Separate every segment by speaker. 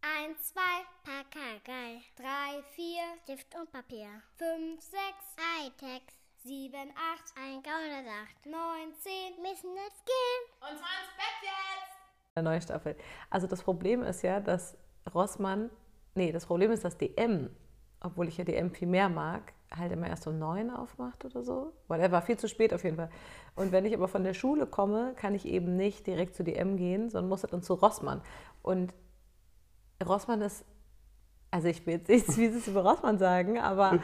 Speaker 1: 1, 2, Pakagei.
Speaker 2: 3, 4,
Speaker 1: Stift und Papier.
Speaker 2: 5, 6,
Speaker 1: Hightech.
Speaker 2: 7, 8,
Speaker 1: Ein Gauderdacht.
Speaker 2: 9, 10.
Speaker 1: Müssen jetzt gehen.
Speaker 3: Und zwar ins Bett jetzt!
Speaker 4: der neuen Staffel. Also das Problem ist ja, dass Rossmann, nee, das Problem ist, dass DM, obwohl ich ja DM viel mehr mag, halt immer erst um neun aufmacht oder so. Weil er war viel zu spät auf jeden Fall. Und wenn ich aber von der Schule komme, kann ich eben nicht direkt zu DM gehen, sondern muss dann zu Rossmann. Und Rossmann ist, also ich will jetzt nichts Fieses über Rossmann sagen, aber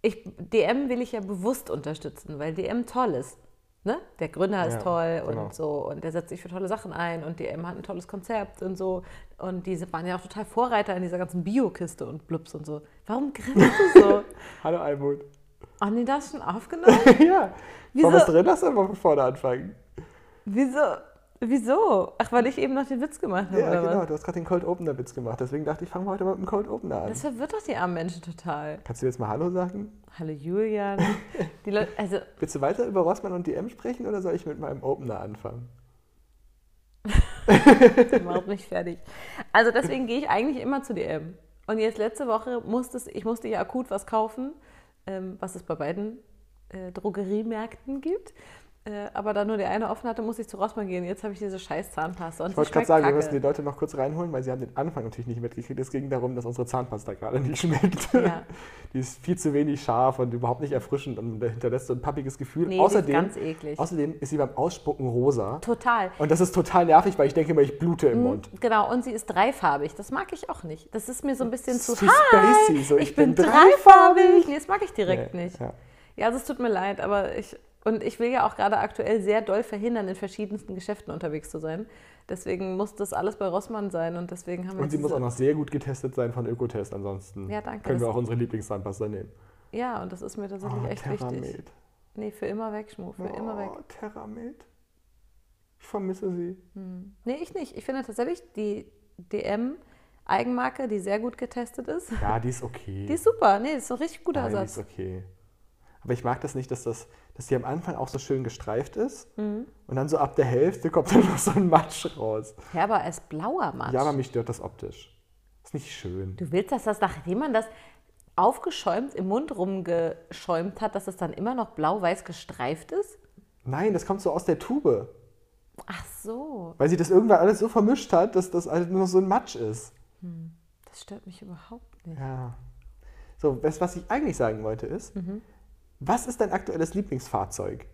Speaker 4: ich, DM will ich ja bewusst unterstützen, weil DM toll ist. Ne? Der Gründer ist
Speaker 5: Ja,
Speaker 4: toll
Speaker 5: genau.
Speaker 4: und so und der setzt sich für tolle Sachen ein und DM hat ein tolles Konzept und so. Und diese waren ja auch total Vorreiter in dieser ganzen Bio-Kiste und Blups und so. Warum grinst du so?
Speaker 5: Hallo Almut.
Speaker 4: Haben die das schon aufgenommen?
Speaker 5: ja.
Speaker 4: Wieso?
Speaker 5: Wollen wir es drin lassen oder wollen wir vorne anfangen?
Speaker 4: Wieso? Wieso? Ach, weil ich eben noch den Witz gemacht habe,
Speaker 5: Ja,
Speaker 4: oder
Speaker 5: genau.
Speaker 4: was?
Speaker 5: Du hast gerade den Cold Opener Witz gemacht. Deswegen dachte ich, fangen wir heute mal mit dem Cold Opener an.
Speaker 4: Das verwirrt doch die armen Menschen total.
Speaker 5: Kannst du jetzt mal Hallo sagen?
Speaker 4: Hallo Julian. Die Leute, also,
Speaker 5: Willst du weiter über Rossmann und DM sprechen oder soll ich mit meinem Opener anfangen?
Speaker 4: überhaupt nicht fertig. Also deswegen gehe ich eigentlich immer zu DM. Und jetzt letzte Woche musste es- ich musste ja akut was kaufen, ähm, was es bei beiden äh, Drogeriemärkten gibt. Äh, aber da nur der eine offen hatte, musste ich zu Rossmann gehen. Jetzt habe ich diese scheiß Zahnpasta. Und
Speaker 5: Ich wollte gerade sagen, wir müssen die
Speaker 4: die
Speaker 5: Leute noch kurz reinholen, weil sie haben den Anfang natürlich nicht mitgekriegt. Es ging darum, dass unsere Zahnpasta gerade nicht schmeckt.
Speaker 4: Ja.
Speaker 5: Die ist viel zu wenig scharf und überhaupt nicht erfrischend und hinterlässt so ein pappiges Gefühl.
Speaker 4: Nee, die ist
Speaker 5: außerdem,
Speaker 4: ganz eklig.
Speaker 5: außerdem ist sie beim Ausspucken rosa.
Speaker 4: Total.
Speaker 5: Und das ist total nervig, weil ich denke immer, ich blute im Mund.
Speaker 4: Genau, und sie ist dreifarbig. Das mag ich auch nicht. Das ist mir so ein bisschen zu
Speaker 5: Zu
Speaker 4: Hi,
Speaker 5: spacey, so,
Speaker 4: ich,
Speaker 5: ich
Speaker 4: bin
Speaker 5: bin
Speaker 4: dreifarbig. Nee, das mag ich direkt
Speaker 5: Nee,
Speaker 4: nicht.
Speaker 5: ja.
Speaker 4: Ja. also es tut mir leid, aber ich. Und ich will ja auch gerade aktuell sehr doll verhindern, in verschiedensten Geschäften unterwegs zu sein. Deswegen muss das alles bei Rossmann sein und deswegen haben wir.
Speaker 5: Und sie muss
Speaker 4: diese-
Speaker 5: auch noch sehr gut getestet sein von Ökotest. Ansonsten
Speaker 4: Ja, danke,
Speaker 5: können wir
Speaker 4: das-
Speaker 5: auch unsere Lieblingszahnpasta nehmen.
Speaker 4: Ja, und das ist mir tatsächlich echt wichtig.
Speaker 5: Terramed.
Speaker 4: Nee, für immer weg, Schmu, für immer weg.
Speaker 5: Ah, Oh, Terramed. Ich vermisse sie.
Speaker 4: Nee, ich nicht. Ich finde tatsächlich die DM-Eigenmarke, die sehr gut getestet ist,
Speaker 5: Ja, die ist okay.
Speaker 4: die ist super. Nee, das ist ein richtig guter
Speaker 5: Nein, die
Speaker 4: Ersatz.
Speaker 5: ist okay. Aber ich mag das nicht, dass, das, dass die am Anfang auch so schön gestreift ist
Speaker 4: Mhm.
Speaker 5: und dann so ab der Hälfte kommt dann noch so ein Matsch raus.
Speaker 4: Ja, aber als blauer Matsch.
Speaker 5: Ja, aber mich stört das optisch. Ist nicht schön.
Speaker 4: Du willst, dass das, nachdem man das aufgeschäumt im Mund rumgeschäumt hat, dass das dann immer noch blau-weiß gestreift ist?
Speaker 5: Nein, das kommt so aus der Tube.
Speaker 4: Ach so,
Speaker 5: Weil sie das irgendwann alles so vermischt hat, dass das halt nur noch so ein Matsch ist.
Speaker 4: das stört mich überhaupt nicht.
Speaker 5: Ja. So, das, was ich eigentlich sagen wollte, ist, was ist dein aktuelles Lieblingsfahrzeug?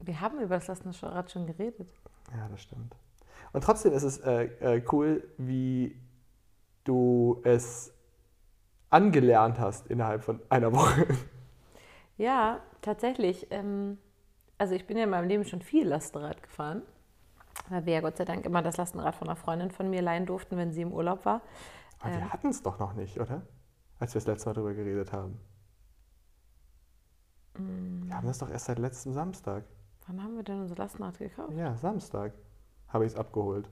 Speaker 4: Wir haben über das Lassende Rad schon geredet.
Speaker 5: Ja, das stimmt. Und trotzdem ist es äh, äh, cool, wie du es angelernt hast innerhalb von einer Woche.
Speaker 4: Ja, tatsächlich. Ähm, also ich bin ja in meinem Leben schon viel Lastenrad gefahren, weil wir ja Gott sei Dank immer das Lastenrad von einer Freundin von mir leihen durften, wenn sie im Urlaub war.
Speaker 5: Aber wir hatten es doch noch nicht, oder? Als wir das letzte Mal drüber geredet haben. Wir haben das doch erst seit letztem Samstag.
Speaker 4: Wann haben wir denn unser Lastenrad gekauft?
Speaker 5: Ja, Samstag habe ich es abgeholt.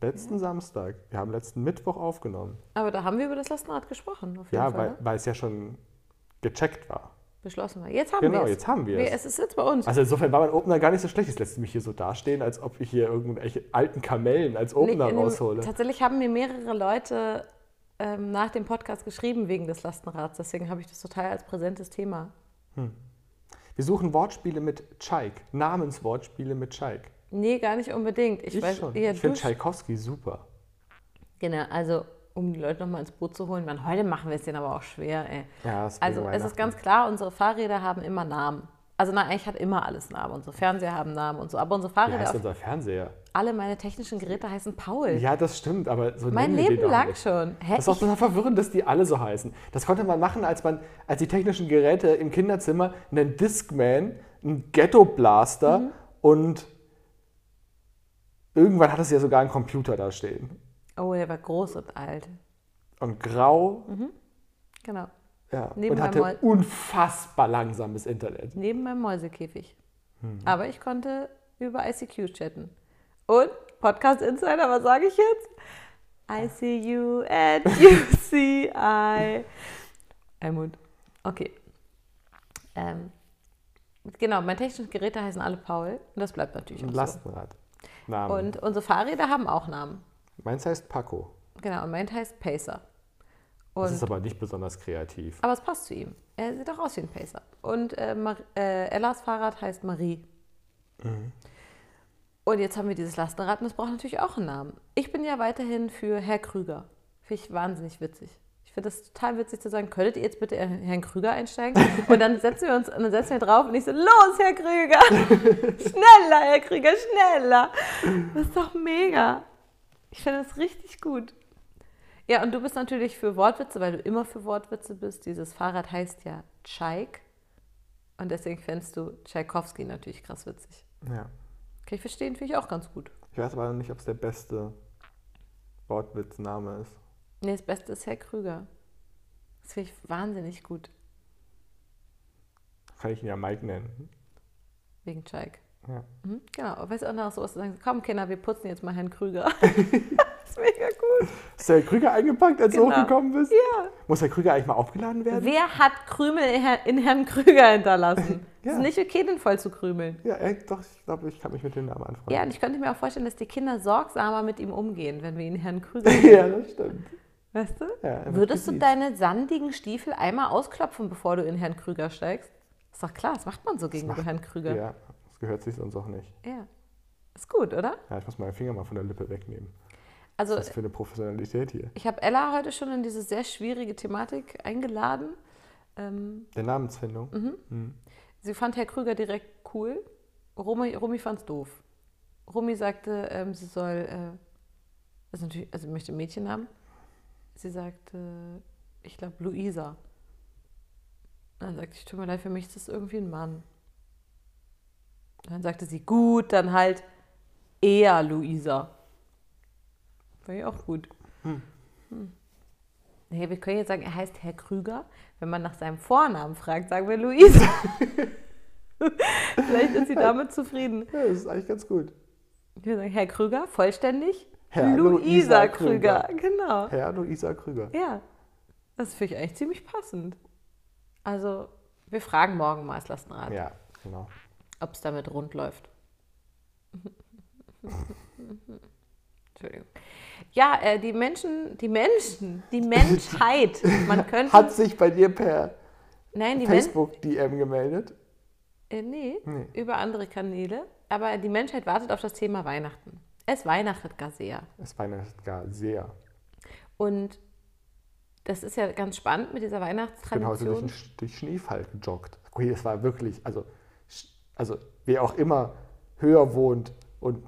Speaker 5: Letzten Samstag. Wir haben letzten Mittwoch aufgenommen.
Speaker 4: Aber da haben wir über das Lastenrad gesprochen, auf jeden
Speaker 5: Ja,
Speaker 4: Fall.
Speaker 5: weil,
Speaker 4: ne?
Speaker 5: weil es ja schon gecheckt war.
Speaker 4: Beschlossen wir. Jetzt haben
Speaker 5: Genau,
Speaker 4: wir es.
Speaker 5: jetzt haben wir es.
Speaker 4: Es ist jetzt bei uns.
Speaker 5: Also insofern war mein Opener gar nicht so schlecht. Jetzt lässt du mich hier so dastehen, als ob ich hier irgendwelche alten Kamellen als
Speaker 4: Nee,
Speaker 5: Opener
Speaker 4: in dem-
Speaker 5: raushole.
Speaker 4: Tatsächlich haben mir mehrere Leute ähm, nach dem Podcast geschrieben wegen des Lastenrads. Deswegen habe ich das total als präsentes Thema.
Speaker 5: Wir suchen Wortspiele mit Tscheik, Namenswortspiele mit Tscheik.
Speaker 4: Nee, gar nicht unbedingt. Ich,
Speaker 5: Ich
Speaker 4: weiß,
Speaker 5: schon.
Speaker 4: Ja,
Speaker 5: ich halt finde
Speaker 4: du-
Speaker 5: Tschaikowski super.
Speaker 4: Genau, also um die Leute nochmal ins Boot zu holen. Man, heute machen wir es denen aber auch schwer. Ey.
Speaker 5: Ja, es ist
Speaker 4: also
Speaker 5: wegen
Speaker 4: es ist
Speaker 5: Weihnachten.
Speaker 4: ganz klar, unsere Fahrräder haben immer Namen. Also na, eigentlich hat immer alles Namen. Unsere Fernseher haben Namen und so. Aber unsere
Speaker 5: Wie
Speaker 4: Fahrräder,
Speaker 5: heißt
Speaker 4: auf,
Speaker 5: unser Fernseher?
Speaker 4: alle meine technischen Geräte heißen Paul.
Speaker 5: Ja, das stimmt, aber so
Speaker 4: mein
Speaker 5: nennen wir den
Speaker 4: Leben
Speaker 5: doch
Speaker 4: lang
Speaker 5: nicht.
Speaker 4: schon. Hä?
Speaker 5: Das ist auch
Speaker 4: Ich,
Speaker 5: total verwirrend, dass die alle so heißen. Das konnte man machen, als man, als die technischen Geräte im Kinderzimmer einen Discman, einen Ghetto Blaster und irgendwann hat es ja sogar einen Computer da stehen.
Speaker 4: oh, der war groß und alt.
Speaker 5: Und grau
Speaker 4: Genau.
Speaker 5: Ja,
Speaker 4: Neben
Speaker 5: und
Speaker 4: meinem
Speaker 5: hatte
Speaker 4: Mol-
Speaker 5: unfassbar langsames Internet.
Speaker 4: neben meinem Mäusekäfig.
Speaker 5: Mhm.
Speaker 4: Aber ich konnte über ICQ chatten. Und Podcast Insider, was sage ich jetzt? I see you at UCI. Almut. Äh, Okay. Ähm, genau, meine technischen Geräte heißen alle Paul. Und das bleibt natürlich
Speaker 5: Ein
Speaker 4: auch so.
Speaker 5: Lastenrad. Namen.
Speaker 4: Und unsere Fahrräder haben auch Namen.
Speaker 5: Meins heißt Paco.
Speaker 4: Genau, und mein heißt Pacer. Und
Speaker 5: Das ist aber nicht besonders kreativ.
Speaker 4: aber es passt zu ihm. Er sieht auch aus wie ein Pacer. Und äh, Mar äh, Ellas Fahrrad heißt Marie. Und jetzt haben wir dieses Lastenrad und es braucht natürlich auch einen Namen. Ich bin ja weiterhin für Herr Krüger. Finde ich wahnsinnig witzig. Ich finde das total witzig zu sagen, könntet ihr jetzt bitte Herrn Krüger einsteigen? Und dann setzen wir uns und dann setzen wir drauf und ich so, los, Herr Krüger! schneller, Herr Krüger, schneller! Das ist doch mega. Ich finde das richtig gut. Ja, und du bist natürlich für Wortwitze, weil du immer für Wortwitze bist. Dieses Fahrrad heißt ja Tscheik. Und deswegen fändest du Tschaikowski natürlich krass witzig.
Speaker 5: Ja.
Speaker 4: Kann ich verstehen, finde ich auch ganz gut.
Speaker 5: Ich weiß aber noch nicht, ob es der beste Wortwitzname ist.
Speaker 4: Nee, das Beste ist Herr Krüger. Das finde ich wahnsinnig gut,
Speaker 5: Kann ich ihn ja Mike nennen.
Speaker 4: wegen Tscheik.
Speaker 5: Ja.
Speaker 4: Mhm, genau, weißt du auch noch sowas zu sagen, komm Kinder, wir putzen jetzt mal Herrn Krüger. das ist mega gut.
Speaker 5: Ist der Herr Krüger eingepackt, als du
Speaker 4: Genau.
Speaker 5: hochgekommen bist?
Speaker 4: Ja.
Speaker 5: Muss der Krüger eigentlich mal aufgeladen werden?
Speaker 4: Wer hat Krümel in, Herr, in Herrn Krüger hinterlassen?
Speaker 5: Ja.
Speaker 4: Ist nicht okay, den voll zu krümeln.
Speaker 5: Ja, äh, doch, ich glaube, ich kann mich mit dem Namen anfreunden.
Speaker 4: Ja, und ich könnte mir auch vorstellen, dass die Kinder sorgsamer mit ihm umgehen, wenn wir ihn Herrn Krüger
Speaker 5: ja, das stimmt.
Speaker 4: Weißt du?
Speaker 5: Ja, er wird
Speaker 4: Würdest du
Speaker 5: gesiezt.
Speaker 4: deine sandigen Stiefel einmal ausklopfen, bevor du in Herrn Krüger steigst? Ist doch klar, das macht man so gegenüber
Speaker 5: macht-
Speaker 4: Herrn Krüger. Ja.
Speaker 5: Ja, das gehört sich sonst auch nicht.
Speaker 4: Ist gut, oder?
Speaker 5: Ja, ich muss meinen Finger mal von der Lippe wegnehmen.
Speaker 4: Also,
Speaker 5: Was für eine Professionalität hier.
Speaker 4: ich habe Ella heute schon in diese sehr schwierige Thematik eingeladen. Ähm,
Speaker 5: Der Namensfindung.
Speaker 4: sie fand Herr Krüger direkt cool. Romy, Romy fand es doof. Romy sagte, ähm, sie soll, äh, also natürlich, also sie möchte einen Mädchennamen. Sie sagte, ich glaube, Luisa. Und dann sagte ich, tut mir leid, für mich ist das irgendwie ein Mann. Und dann sagte sie, gut, dann halt eher Luisa. War ja auch gut. Hm. Nee, wir können jetzt sagen, er heißt Herr Krüger. Wenn man nach seinem Vornamen fragt, sagen wir Luisa. Vielleicht ist sie
Speaker 5: Halt.
Speaker 4: damit zufrieden.
Speaker 5: Ja, das ist eigentlich ganz gut.
Speaker 4: Wir sagen Herr Krüger, vollständig.
Speaker 5: Herr Luisa
Speaker 4: Luisa
Speaker 5: Krüger.
Speaker 4: Krüger. Genau.
Speaker 5: Herr Luisa Krüger.
Speaker 4: Ja. Das finde ich eigentlich ziemlich passend. Also, wir fragen morgen mal das Lastenrad,
Speaker 5: Ja, genau.
Speaker 4: ob es damit rund läuft. Entschuldigung. Ja, äh, die Menschen, die Menschen, die Menschheit. Man könnte.
Speaker 5: Hat sich bei dir per
Speaker 4: nein, die Menschen.
Speaker 5: Facebook-DM gemeldet?
Speaker 4: Äh, nee,
Speaker 5: Nee.
Speaker 4: über andere Kanäle. Aber die Menschheit wartet auf das Thema Weihnachten. Es weihnachtet gar sehr.
Speaker 5: Es weihnachtet gar sehr.
Speaker 4: Und das ist ja ganz spannend mit
Speaker 5: Ich
Speaker 4: dieser
Speaker 5: bin heute durch,
Speaker 4: Weihnachtstradition.
Speaker 5: den Sch- durch Schneefall gejoggt. Okay, das war wirklich, also, sch- also wer auch immer höher wohnt und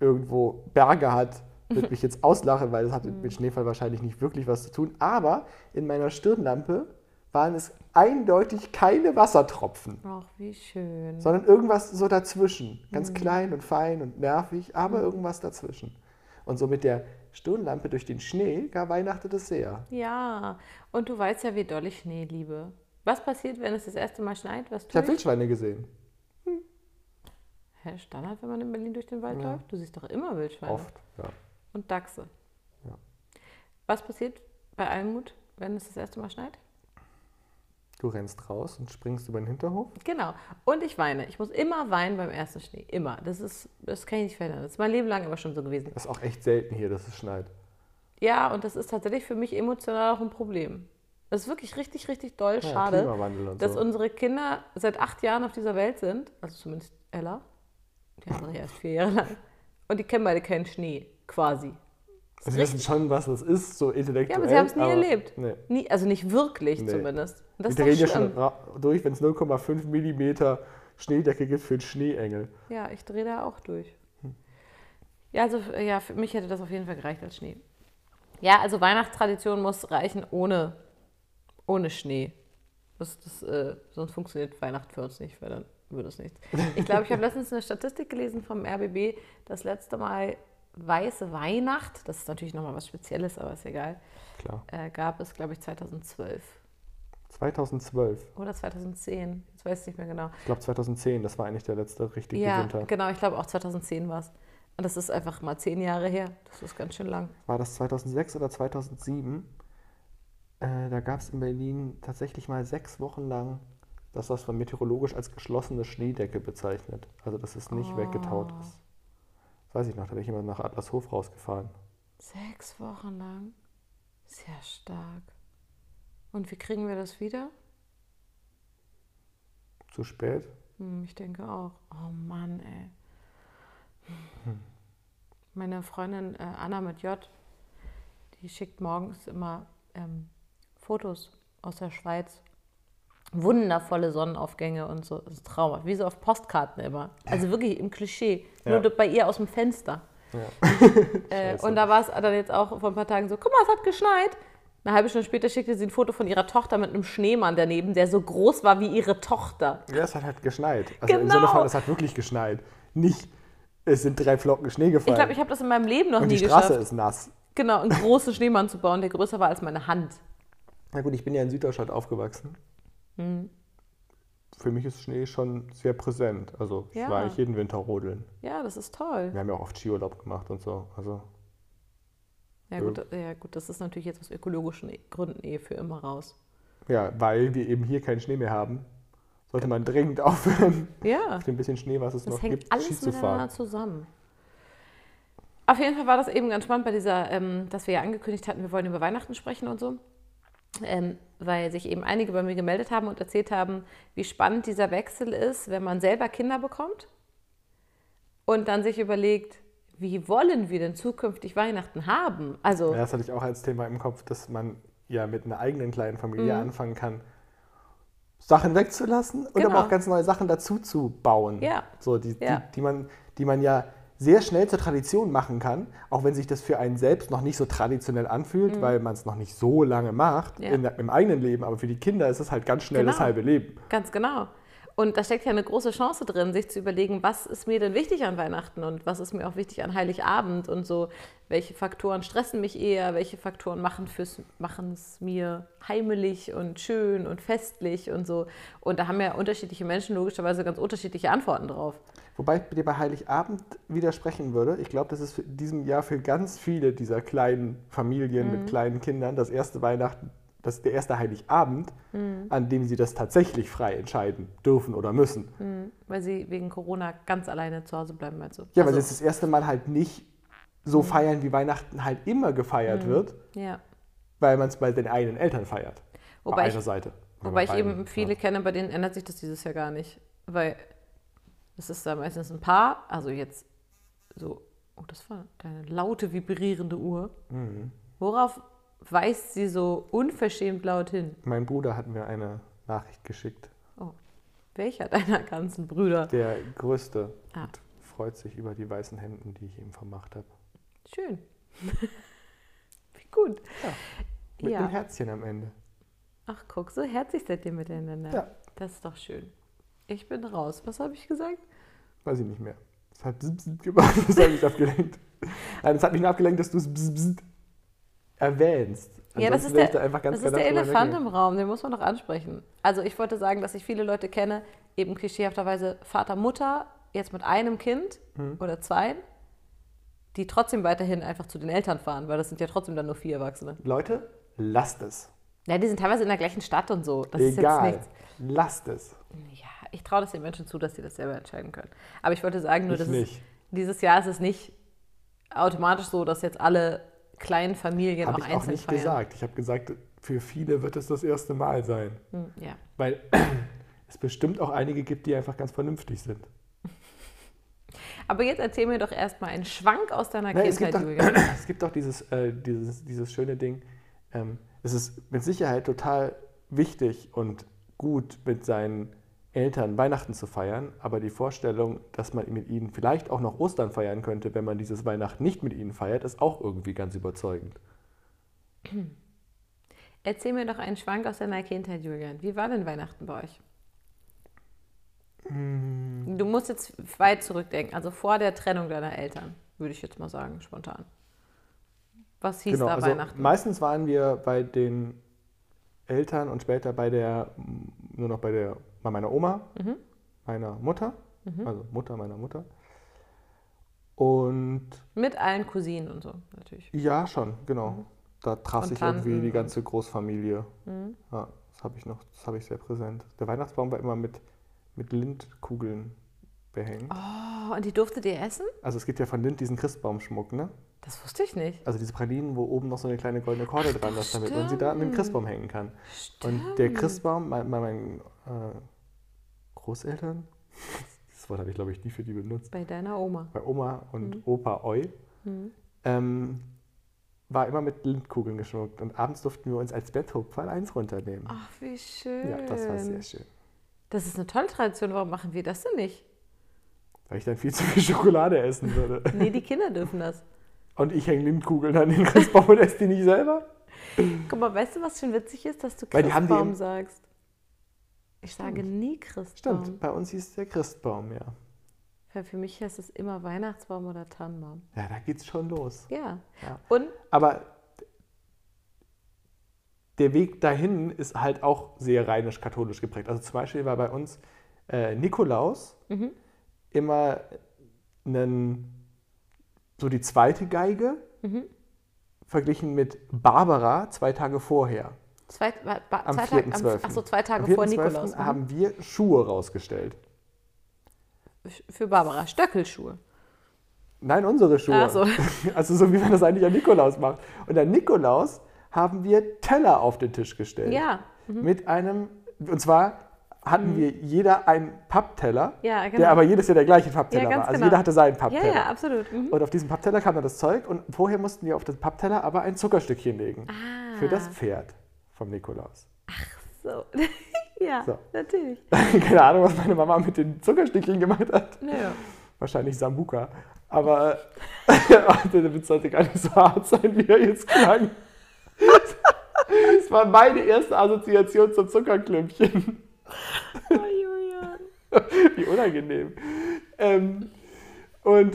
Speaker 5: irgendwo Berge hat, wird mich jetzt auslachen, weil das hat mit Schneefall wahrscheinlich nicht wirklich was zu tun. Aber in meiner Stirnlampe waren es eindeutig keine Wassertropfen,
Speaker 4: Ach, wie schön.
Speaker 5: sondern irgendwas so dazwischen. Ganz klein und fein und nervig, aber irgendwas dazwischen. Und so mit der Stirnlampe durch den Schnee gar Weihnachten das sehr.
Speaker 4: Ja, und du weißt ja, wie doll ich Schnee liebe. Was passiert, wenn es das erste Mal schneit? Was
Speaker 5: Ich habe
Speaker 4: tue ich?
Speaker 5: Wildschweine gesehen.
Speaker 4: Hä, Standard, wenn man in Berlin durch den Wald läuft? Du siehst doch immer Wildschweine
Speaker 5: Oft, ja.
Speaker 4: und Dachse.
Speaker 5: Ja.
Speaker 4: Was passiert bei Almut, wenn es das erste Mal schneit?
Speaker 5: Du rennst raus und springst über den Hinterhof.
Speaker 4: Genau. Und ich weine. Ich muss immer weinen beim ersten Schnee. Immer. Das ist, das kann ich nicht verändern. Das ist mein Leben lang aber schon so gewesen.
Speaker 5: Das ist auch echt selten hier, dass es schneit.
Speaker 4: Ja, und das ist tatsächlich für mich emotional auch ein Problem. Das ist wirklich richtig, richtig doll
Speaker 5: Ja,
Speaker 4: schade,
Speaker 5: Klimawandel und
Speaker 4: dass
Speaker 5: so.
Speaker 4: unsere Kinder seit acht Jahren auf dieser Welt sind, also zumindest Ella, die andere erst vier Jahre lang, und die kennen beide keinen Schnee, quasi.
Speaker 5: Sie wissen schon, was das ist, so intellektuell.
Speaker 4: Ja, aber sie haben es nie
Speaker 5: aber-
Speaker 4: erlebt.
Speaker 5: Nee.
Speaker 4: Nie, also nicht wirklich
Speaker 5: Nee.
Speaker 4: zumindest. Und
Speaker 5: Das
Speaker 4: das ist doch
Speaker 5: drehen ja
Speaker 4: schlimm.
Speaker 5: schon ra- durch, wenn es 0,5 Millimeter Schneedecke gibt für einen Schneeengel.
Speaker 4: Ja, ich drehe da auch durch. Ja, also äh, ja, für mich hätte das auf jeden Fall gereicht als Schnee. Ja, also Weihnachtstradition muss reichen ohne, ohne Schnee. Das, das, äh, sonst funktioniert Weihnachten für uns nicht, weil dann würde es nichts. Ich glaube, ich habe letztens eine Statistik gelesen vom RBB, das letzte Mal weiße Weihnacht, das ist natürlich nochmal was Spezielles, aber ist egal,
Speaker 5: Klar.
Speaker 4: äh, gab es, glaube ich, 2012
Speaker 5: 2012,
Speaker 4: oder 2010. Jetzt weiß ich nicht mehr genau.
Speaker 5: ich glaube 2010, das war eigentlich der letzte richtige
Speaker 4: Ja,
Speaker 5: Winter.
Speaker 4: genau, ich glaube auch 2010 war es. Und das ist einfach mal zehn Jahre her. Das ist ganz schön lang.
Speaker 5: War das 2006 oder 2007? Äh, da gab es in Berlin tatsächlich mal sechs Wochen lang das, was man meteorologisch als geschlossene Schneedecke bezeichnet.
Speaker 4: Ah.
Speaker 5: Also, dass es nicht weggetaut ist. Das weiß ich noch, da bin ich immer nach Adlershof rausgefahren.
Speaker 4: Sechs Wochen lang? Sehr stark. Und wie kriegen wir das wieder?
Speaker 5: Zu spät?
Speaker 4: Hm, ich denke auch. Oh Mann, ey. Meine Freundin äh, Anna mit J, die schickt morgens immer ähm, Fotos aus der Schweiz. Wundervolle Sonnenaufgänge und so. Das ist traumhaft. Wie so auf Postkarten immer. Also wirklich im Klischee.
Speaker 5: Ja.
Speaker 4: Nur bei ihr aus dem Fenster. Äh, und da war es dann jetzt auch vor ein paar Tagen so, guck mal, es hat geschneit. Eine halbe Stunde später schickte sie ein Foto von ihrer Tochter mit einem Schneemann daneben, der so groß war wie ihre Tochter.
Speaker 5: Ja, es hat halt geschneit. Also im
Speaker 4: Genau.
Speaker 5: Sinne von, es hat wirklich geschneit. Nicht, es sind drei Flocken Schnee gefallen.
Speaker 4: Ich glaube, ich habe das in meinem Leben noch
Speaker 5: und
Speaker 4: nie
Speaker 5: die Straße
Speaker 4: geschafft.
Speaker 5: ist nass.
Speaker 4: Genau, einen großen Schneemann zu bauen, der größer war als meine Hand.
Speaker 5: Na gut, ich bin ja in Süddeutschland aufgewachsen.
Speaker 4: Hm.
Speaker 5: Für mich ist Schnee schon sehr präsent. Also ich
Speaker 4: Ja.
Speaker 5: war eigentlich jeden Winter rodeln.
Speaker 4: Ja, das ist toll.
Speaker 5: Wir haben ja auch oft Skiurlaub gemacht und so. Also
Speaker 4: Ja gut, ja, gut das ist natürlich jetzt aus ökologischen Gründen eh für immer raus.
Speaker 5: ja, weil wir eben hier keinen Schnee mehr haben, sollte man dringend aufhören,
Speaker 4: Ja,
Speaker 5: auf dem bisschen Schnee, was es
Speaker 4: das
Speaker 5: noch
Speaker 4: hängt
Speaker 5: gibt, Ski
Speaker 4: alles
Speaker 5: zu fahren.
Speaker 4: miteinander zusammen. Auf jeden Fall war das eben ganz spannend bei dieser, ähm, dass wir ja angekündigt hatten, wir wollen über Weihnachten sprechen und so. Ähm, weil sich eben einige bei mir gemeldet haben und erzählt haben, wie spannend dieser Wechsel ist, wenn man selber Kinder bekommt und dann sich überlegt, wie wollen wir denn zukünftig Weihnachten haben? Also
Speaker 5: Ja, das hatte ich auch als Thema im Kopf, dass man ja mit einer eigenen kleinen Familie
Speaker 4: Mhm.
Speaker 5: anfangen kann, Sachen wegzulassen und
Speaker 4: Genau.
Speaker 5: aber auch ganz neue Sachen dazu zu bauen.
Speaker 4: Ja.
Speaker 5: So, die,
Speaker 4: Ja.
Speaker 5: Die, die, man, die man ja sehr schnell zur Tradition machen kann, auch wenn sich das für einen selbst noch nicht so traditionell anfühlt, weil man es noch nicht so lange macht
Speaker 4: Mhm. Ja.
Speaker 5: in, im eigenen Leben, aber für die Kinder ist es halt ganz schnell das
Speaker 4: Genau.
Speaker 5: halbe Leben.
Speaker 4: Ganz genau. Und da steckt ja eine große Chance drin, sich zu überlegen, was ist mir denn wichtig an Weihnachten und was ist mir auch wichtig an Heiligabend und so, welche Faktoren stressen mich eher, welche Faktoren machen fürs- machen es mir heimelig und schön und festlich und so. Und da haben ja unterschiedliche Menschen logischerweise ganz unterschiedliche Antworten drauf.
Speaker 5: Wobei ich dir bei Heiligabend widersprechen würde. Ich glaube, das ist in diesem Jahr für ganz viele dieser kleinen Familien
Speaker 4: Mhm.
Speaker 5: mit kleinen Kindern das erste Weihnachten, das der erste Heiligabend,
Speaker 4: Mhm.
Speaker 5: an dem sie das tatsächlich frei entscheiden dürfen oder müssen.
Speaker 4: Mhm. Weil sie wegen Corona ganz alleine zu Hause bleiben, meinst du?
Speaker 5: Ja, weil
Speaker 4: Also- Mhm.
Speaker 5: sie es das erste Mal halt nicht so feiern, wie Weihnachten halt immer gefeiert wird,
Speaker 4: ja.
Speaker 5: weil man es bei den eigenen Eltern feiert.
Speaker 4: Wobei
Speaker 5: bei
Speaker 4: ich-
Speaker 5: einer Seite. Oder
Speaker 4: Wobei ich
Speaker 5: bei beiden,
Speaker 4: eben viele kenne, bei denen ändert sich das dieses Jahr gar nicht. Weil es ist da meistens ein Paar, also jetzt so, oh, das war deine laute, vibrierende Uhr.
Speaker 5: Mhm.
Speaker 4: Worauf weist sie so unverschämt laut hin?
Speaker 5: Ja. Mein Bruder hat mir eine Nachricht geschickt.
Speaker 4: Oh, welcher deiner ganzen Brüder?
Speaker 5: Der Größte
Speaker 4: Ah.
Speaker 5: und freut sich über die weißen Hemden, die ich ihm vermacht habe.
Speaker 4: Schön. Wie gut.
Speaker 5: Mit
Speaker 4: Ja.
Speaker 5: einem Herzchen am Ende.
Speaker 4: Ach, guck, so herzlich seid ihr miteinander.
Speaker 5: Ja.
Speaker 4: Das ist doch schön. Ich bin raus. Was habe ich gesagt?
Speaker 5: Weiß ich nicht mehr. Es hat bzz, bzz gemacht, das hat mich abgelenkt. Nein, es hat mich nur abgelenkt, dass du es bzz, bzz erwähnst.
Speaker 4: Ja, das
Speaker 5: Ansonsten wäre
Speaker 4: ist der,
Speaker 5: ich da einfach ganz
Speaker 4: das ist der
Speaker 5: galant drüber
Speaker 4: Elefant im
Speaker 5: weggegangen.
Speaker 4: Raum, den muss man doch ansprechen. Also ich wollte sagen, dass ich viele Leute kenne, eben klischeehafterweise Vater, Mutter, jetzt mit einem Kind
Speaker 5: Hm.
Speaker 4: oder zwei, die trotzdem weiterhin einfach zu den Eltern fahren, weil das sind ja trotzdem dann nur vier Erwachsene.
Speaker 5: Leute, lasst es.
Speaker 4: Ja, die sind teilweise in der gleichen Stadt und so. Das ist
Speaker 5: Egal.
Speaker 4: jetzt
Speaker 5: Lasst es.
Speaker 4: nichts. Ja, ich traue das den Menschen zu, dass sie das selber entscheiden können. Aber ich wollte sagen, nur
Speaker 5: Ich
Speaker 4: dass es,
Speaker 5: nicht.
Speaker 4: dieses Jahr ist es nicht automatisch so, dass jetzt alle kleinen Familien
Speaker 5: Habe
Speaker 4: auch
Speaker 5: ich auch
Speaker 4: einzeln
Speaker 5: nicht
Speaker 4: feiern.
Speaker 5: gesagt. Ich habe gesagt, für viele wird es das erste Mal sein.
Speaker 4: Hm, Ja.
Speaker 5: Weil es bestimmt auch einige gibt, die einfach ganz vernünftig sind.
Speaker 4: Aber jetzt erzähl mir doch erstmal einen Schwank aus deiner
Speaker 5: Nein, Ne, es,
Speaker 4: Kindheit,
Speaker 5: gibt doch,
Speaker 4: Julian.
Speaker 5: es gibt doch dieses, äh, dieses, dieses schöne Ding. Ähm, es ist mit Sicherheit total wichtig und gut, mit seinen Eltern Weihnachten zu feiern, aber die Vorstellung, dass man mit ihnen vielleicht auch noch Ostern feiern könnte, wenn man dieses Weihnachten nicht mit ihnen feiert, ist auch irgendwie ganz überzeugend.
Speaker 4: Erzähl mir doch einen Schwank aus deiner Kindheit, Julian. Wie war denn Weihnachten bei euch?
Speaker 5: Mm.
Speaker 4: Du musst jetzt weit zurückdenken, also vor der Trennung deiner Eltern, würde ich jetzt mal sagen, spontan. Was hieß da
Speaker 5: also
Speaker 4: Weihnachten?
Speaker 5: meistens waren wir bei den Eltern und später bei der, nur noch bei der, bei meiner Oma,
Speaker 4: Mhm.
Speaker 5: meiner Mutter, also Mutter meiner Mutter. Und
Speaker 4: Mit allen Cousinen und so, natürlich.
Speaker 5: Ja, schon, genau. Da traf
Speaker 4: Mhm. Und
Speaker 5: sich
Speaker 4: Tanten Mhm.
Speaker 5: irgendwie die
Speaker 4: und-
Speaker 5: ganze Großfamilie. Ja, das habe ich noch, das habe ich sehr präsent. Der Weihnachtsbaum war immer mit, mit Lindkugeln behängt.
Speaker 4: Oh, und die durftet ihr essen?
Speaker 5: Also es gibt ja von Lind diesen Christbaumschmuck, ne?
Speaker 4: Das wusste ich nicht.
Speaker 5: Also diese Pralinen, wo oben noch so eine kleine goldene Kordel dran ist, damit man sie da an den Christbaum hängen kann. Und der Christbaum, bei bei meinen äh, Großeltern, das Wort habe ich glaube ich nie für die benutzt,
Speaker 4: Bei deiner Oma.
Speaker 5: bei Oma und Opa Oi, ähm, war immer mit Lindkugeln geschmückt. Und abends durften wir uns als Betthupferl eins runternehmen.
Speaker 4: Ach, wie schön.
Speaker 5: Ja, das war sehr schön.
Speaker 4: Das ist eine tolle Tradition. Warum machen wir das denn nicht?
Speaker 5: Weil ich dann viel zu viel Schokolade essen würde.
Speaker 4: Nee, die Kinder dürfen das.
Speaker 5: Und ich hänge Lindkugeln an den Christbaum und esse die nicht selber.
Speaker 4: Guck mal, weißt du, was schon witzig ist, dass du
Speaker 5: Weil die haben die
Speaker 4: Christbaum
Speaker 5: im-
Speaker 4: sagst? Ich sage nie Christbaum.
Speaker 5: Stimmt, bei uns hieß der Christbaum, ja.
Speaker 4: Weil für mich heißt es immer Weihnachtsbaum oder Tannenbaum.
Speaker 5: Ja, da geht's schon los.
Speaker 4: Ja.
Speaker 5: Ja.
Speaker 4: Und
Speaker 5: Aber der Weg dahin ist halt auch sehr rheinisch-katholisch geprägt. Also zum Beispiel war bei uns äh, Nikolaus
Speaker 4: Mhm.
Speaker 5: immer einen, so die zweite Geige
Speaker 4: Mhm.
Speaker 5: verglichen mit Barbara zwei Tage vorher.
Speaker 4: zwei, wa- ba-
Speaker 5: Am
Speaker 4: zwei Tage,
Speaker 5: 4.12.
Speaker 4: achso, zwei Tage
Speaker 5: Am ah.
Speaker 4: vor
Speaker 5: 4.12.
Speaker 4: Nikolaus. Mhm.
Speaker 5: haben wir Schuhe rausgestellt.
Speaker 4: Für Barbara Stöckelschuhe.
Speaker 5: Nein, unsere Schuhe.
Speaker 4: Ach so.
Speaker 5: Also so wie man das eigentlich an Nikolaus macht. Und an Nikolaus haben wir Teller auf den Tisch gestellt.
Speaker 4: Ja.
Speaker 5: Mit einem, und zwar hatten wir jeder einen Pappteller,
Speaker 4: Mhm. Ja, genau.
Speaker 5: der aber jedes Jahr der gleiche Pappteller
Speaker 4: Ja, ganz
Speaker 5: war. Also
Speaker 4: genau.
Speaker 5: jeder hatte seinen
Speaker 4: Ja,
Speaker 5: Pappteller.
Speaker 4: ja, absolut. Mhm.
Speaker 5: Und auf diesen Pappteller kam dann das Zeug und vorher mussten wir auf den Pappteller aber ein Zuckerstückchen legen.
Speaker 4: Ah.
Speaker 5: Für das Pferd vom Nikolaus.
Speaker 4: So. ja,
Speaker 5: So.
Speaker 4: natürlich.
Speaker 5: Keine Ahnung, was meine Mama mit den Zuckerstückchen gemacht hat.
Speaker 4: Naja.
Speaker 5: Wahrscheinlich Sambuka. Aber äh, der Witz sollte gar nicht so hart sein, wie er jetzt klang. Das war meine erste Assoziation zum Zuckerklümpchen.
Speaker 4: Oh, Julian.
Speaker 5: Wie unangenehm. Ähm, und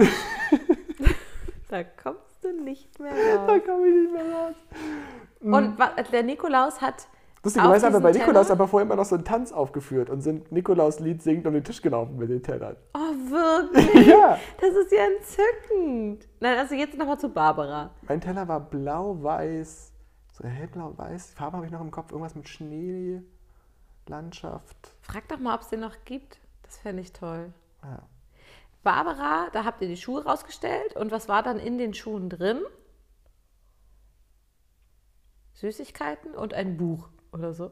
Speaker 4: Da kommst du nicht mehr
Speaker 5: da
Speaker 4: raus.
Speaker 5: kam ich nicht mehr raus. Mhm.
Speaker 4: Und wa- der Nikolaus hat.
Speaker 5: Lustigerweise haben wir bei
Speaker 4: diesen
Speaker 5: Nikolaus
Speaker 4: Teller?
Speaker 5: aber vorher immer noch so einen Tanz aufgeführt und sind Nikolaus Lied singend um den Tisch gelaufen mit den Tellern.
Speaker 4: Oh, wirklich?
Speaker 5: Ja,
Speaker 4: Das ist ja entzückend. Nein, also jetzt nochmal zu Barbara.
Speaker 5: mein Teller war blau-weiß. So hellblau-weiß. Die Farbe habe ich noch im Kopf. Irgendwas mit Schnee, Landschaft.
Speaker 4: Frag doch mal, ob es den noch gibt. Das fände ich toll.
Speaker 5: Ja.
Speaker 4: Barbara, da habt ihr die Schuhe rausgestellt und was war dann in den Schuhen drin? Süßigkeiten und ein Buch oder so.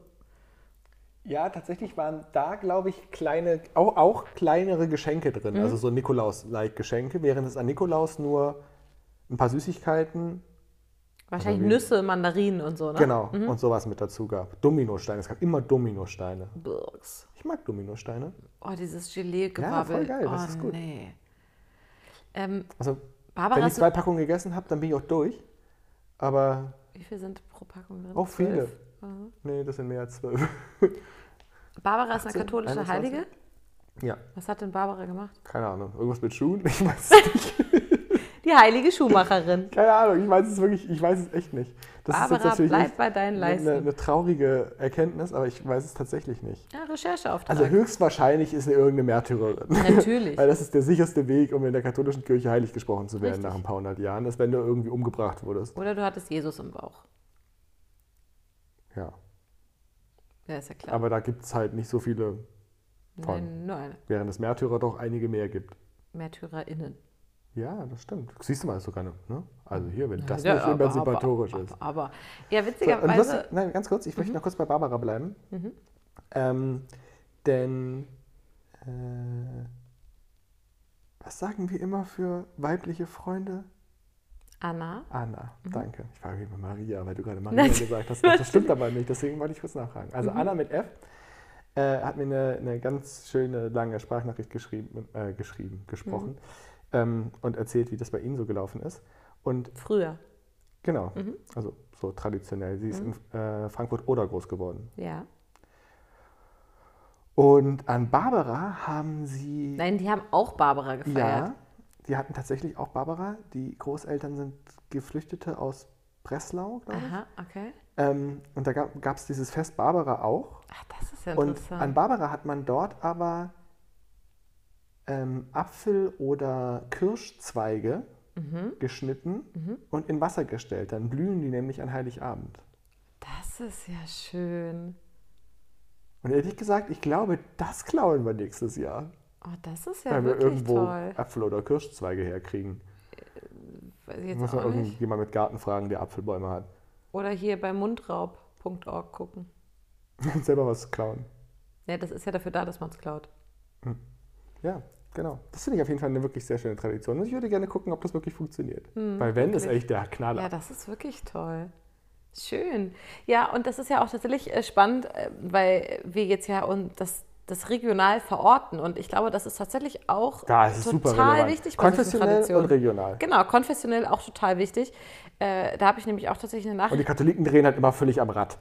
Speaker 5: Ja, tatsächlich waren da, glaube ich, kleine, auch, auch kleinere Geschenke
Speaker 4: Mhm.
Speaker 5: drin. Also so Nikolaus-like Geschenke, während es an Nikolaus nur ein paar Süßigkeiten,
Speaker 4: Wahrscheinlich
Speaker 5: wie-
Speaker 4: Nüsse, Mandarinen und so, ne?
Speaker 5: Also genau, und sowas mit dazu gab. Dominosteine, es gab immer Dominosteine.
Speaker 4: Birks.
Speaker 5: Ich mag Dominosteine.
Speaker 4: Oh, dieses Gelee-Gewabbel.
Speaker 5: Ja, voll geil, das
Speaker 4: oh,
Speaker 5: ist gut.
Speaker 4: Nee. Ähm,
Speaker 5: Also,
Speaker 4: Barbara,
Speaker 5: wenn ich
Speaker 4: hast du-
Speaker 5: zwei Packungen gegessen habe, dann bin ich auch durch. Aber,
Speaker 4: wie viel sind pro Packung drin?
Speaker 5: Auch viele.
Speaker 4: Zwölf. Mhm.
Speaker 5: nee, das sind mehr als zwölf.
Speaker 4: Barbara ist
Speaker 5: 18,
Speaker 4: eine katholische
Speaker 5: 21.
Speaker 4: Heilige.
Speaker 5: Ja,
Speaker 4: Was hat denn Barbara gemacht?
Speaker 5: keine Ahnung. Irgendwas mit Schuhen? Ich weiß es nicht.
Speaker 4: Die heilige Schuhmacherin.
Speaker 5: Keine Ahnung, ich weiß es wirklich, ich weiß es echt nicht. Das
Speaker 4: Barbara, bleib bei deinen
Speaker 5: eine, eine,
Speaker 4: Leisten.
Speaker 5: eine traurige Erkenntnis, aber ich weiß es tatsächlich nicht.
Speaker 4: Ja, Rechercheauftrag.
Speaker 5: Also höchstwahrscheinlich ist sie irgendeine Märtyrerin.
Speaker 4: Natürlich.
Speaker 5: Weil das ist der sicherste Weg, um in der katholischen Kirche heilig gesprochen zu werden
Speaker 4: Richtig.
Speaker 5: nach ein paar hundert Jahren, ist, wenn du irgendwie umgebracht wurdest.
Speaker 4: Oder du hattest Jesus im Bauch.
Speaker 5: Ja.
Speaker 4: Ja, ist ja klar.
Speaker 5: Aber da gibt es halt nicht so viele, von-
Speaker 4: Nein, nur eine.
Speaker 5: während es Märtyrer doch einige mehr gibt.
Speaker 4: MärtyrerInnen.
Speaker 5: Ja, das stimmt. Siehst du mal, ist sogar eine, ne? Also hier, wenn das
Speaker 4: Ja,
Speaker 5: nicht
Speaker 4: aber-
Speaker 5: emanzipatorisch
Speaker 4: aber,
Speaker 5: ist.
Speaker 4: Aber, aber ja, also- Mhm.
Speaker 5: So, und
Speaker 4: witzigerweise.
Speaker 5: lustig, nein, ganz kurz, ich möchte noch kurz bei Barbara bleiben. Ähm, denn äh, was sagen wir immer für weibliche Freunde?
Speaker 4: Anna,
Speaker 5: Anna,
Speaker 4: Mhm.
Speaker 5: danke. Ich frage immer Maria, weil du gerade Maria
Speaker 4: Nein.
Speaker 5: gesagt hast. Das stimmt aber nicht, deswegen wollte ich kurz nachfragen.
Speaker 4: Mhm.
Speaker 5: Also Anna mit F äh, hat mir eine, eine ganz schöne lange Sprachnachricht geschrieben, äh, geschrieben
Speaker 4: Mhm.
Speaker 5: gesprochen ähm, und erzählt, wie das bei ihnen so gelaufen ist. Und
Speaker 4: früher.
Speaker 5: genau,
Speaker 4: Mhm.
Speaker 5: also so traditionell. Sie ist in äh, Frankfurt-Oder groß geworden.
Speaker 4: Ja.
Speaker 5: Und an Barbara haben sie.
Speaker 4: Nein, die haben auch Barbara gefeiert.
Speaker 5: ja, die hatten tatsächlich auch Barbara. Die Großeltern sind Geflüchtete aus Breslau, glaube ich.
Speaker 4: Aha, okay.
Speaker 5: Ähm, und da gab es dieses Fest Barbara auch.
Speaker 4: Ach, das ist ja
Speaker 5: Und an
Speaker 4: interessant.
Speaker 5: Barbara hat man dort aber ähm, Apfel- oder Kirschzweige
Speaker 4: Mhm.
Speaker 5: geschnitten und in Wasser gestellt. Dann blühen die nämlich an Heiligabend.
Speaker 4: das ist ja schön.
Speaker 5: Und ehrlich gesagt, ich glaube, das klauen wir nächstes Jahr,
Speaker 4: Oh, das ist ja
Speaker 5: wenn wir
Speaker 4: wirklich
Speaker 5: irgendwo
Speaker 4: toll.
Speaker 5: Apfel- oder Kirschzweige herkriegen.
Speaker 4: weiß ich jetzt
Speaker 5: Muss man
Speaker 4: auch nicht.
Speaker 5: irgendjemand mit Garten fragen, der Apfelbäume hat.
Speaker 4: Oder hier bei mundraub.org gucken.
Speaker 5: Selber was klauen.
Speaker 4: Ja, das ist ja dafür da, dass man es klaut.
Speaker 5: Ja, genau. Das finde ich auf jeden Fall eine wirklich sehr schöne Tradition. Und ich würde gerne gucken, ob das wirklich funktioniert.
Speaker 4: Hm,
Speaker 5: Weil wenn, ist echt der Knaller.
Speaker 4: Ja, das ist wirklich toll. Schön. Ja, und das ist ja auch tatsächlich äh, spannend, äh, weil wir jetzt ja und das, das regional verorten. Und ich glaube, das ist tatsächlich auch
Speaker 5: Da ist es super
Speaker 4: total
Speaker 5: relevant.
Speaker 4: wichtig bei solchen
Speaker 5: Konfessionell und
Speaker 4: Traditionen.
Speaker 5: regional.
Speaker 4: Genau, konfessionell auch total wichtig. Äh, da habe ich nämlich auch tatsächlich eine
Speaker 5: Und die
Speaker 4: Nachricht.
Speaker 5: Katholiken drehen halt immer völlig am Rad.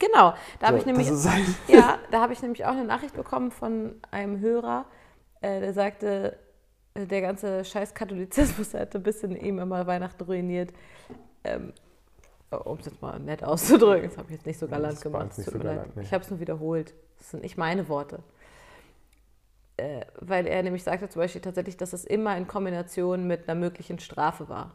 Speaker 4: Genau, da habe
Speaker 5: So,
Speaker 4: ich nämlich
Speaker 5: das ist halt,
Speaker 4: ja, da habe ich nämlich auch eine Nachricht bekommen von einem Hörer, äh, der sagte, äh, der ganze scheiß Katholizismus hätte ein bisschen ihm immer Weihnachten ruiniert. Ähm, um es jetzt mal nett auszudrücken, das habe ich jetzt nicht so galant
Speaker 5: war
Speaker 4: gemacht.
Speaker 5: jetzt
Speaker 4: es
Speaker 5: nicht
Speaker 4: tut
Speaker 5: so
Speaker 4: mir leid.
Speaker 5: galant, nee.
Speaker 4: Ich habe es nur wiederholt. Das sind nicht meine Worte. Äh, weil er nämlich sagte zum Beispiel tatsächlich, dass es immer in Kombination mit einer möglichen Strafe war.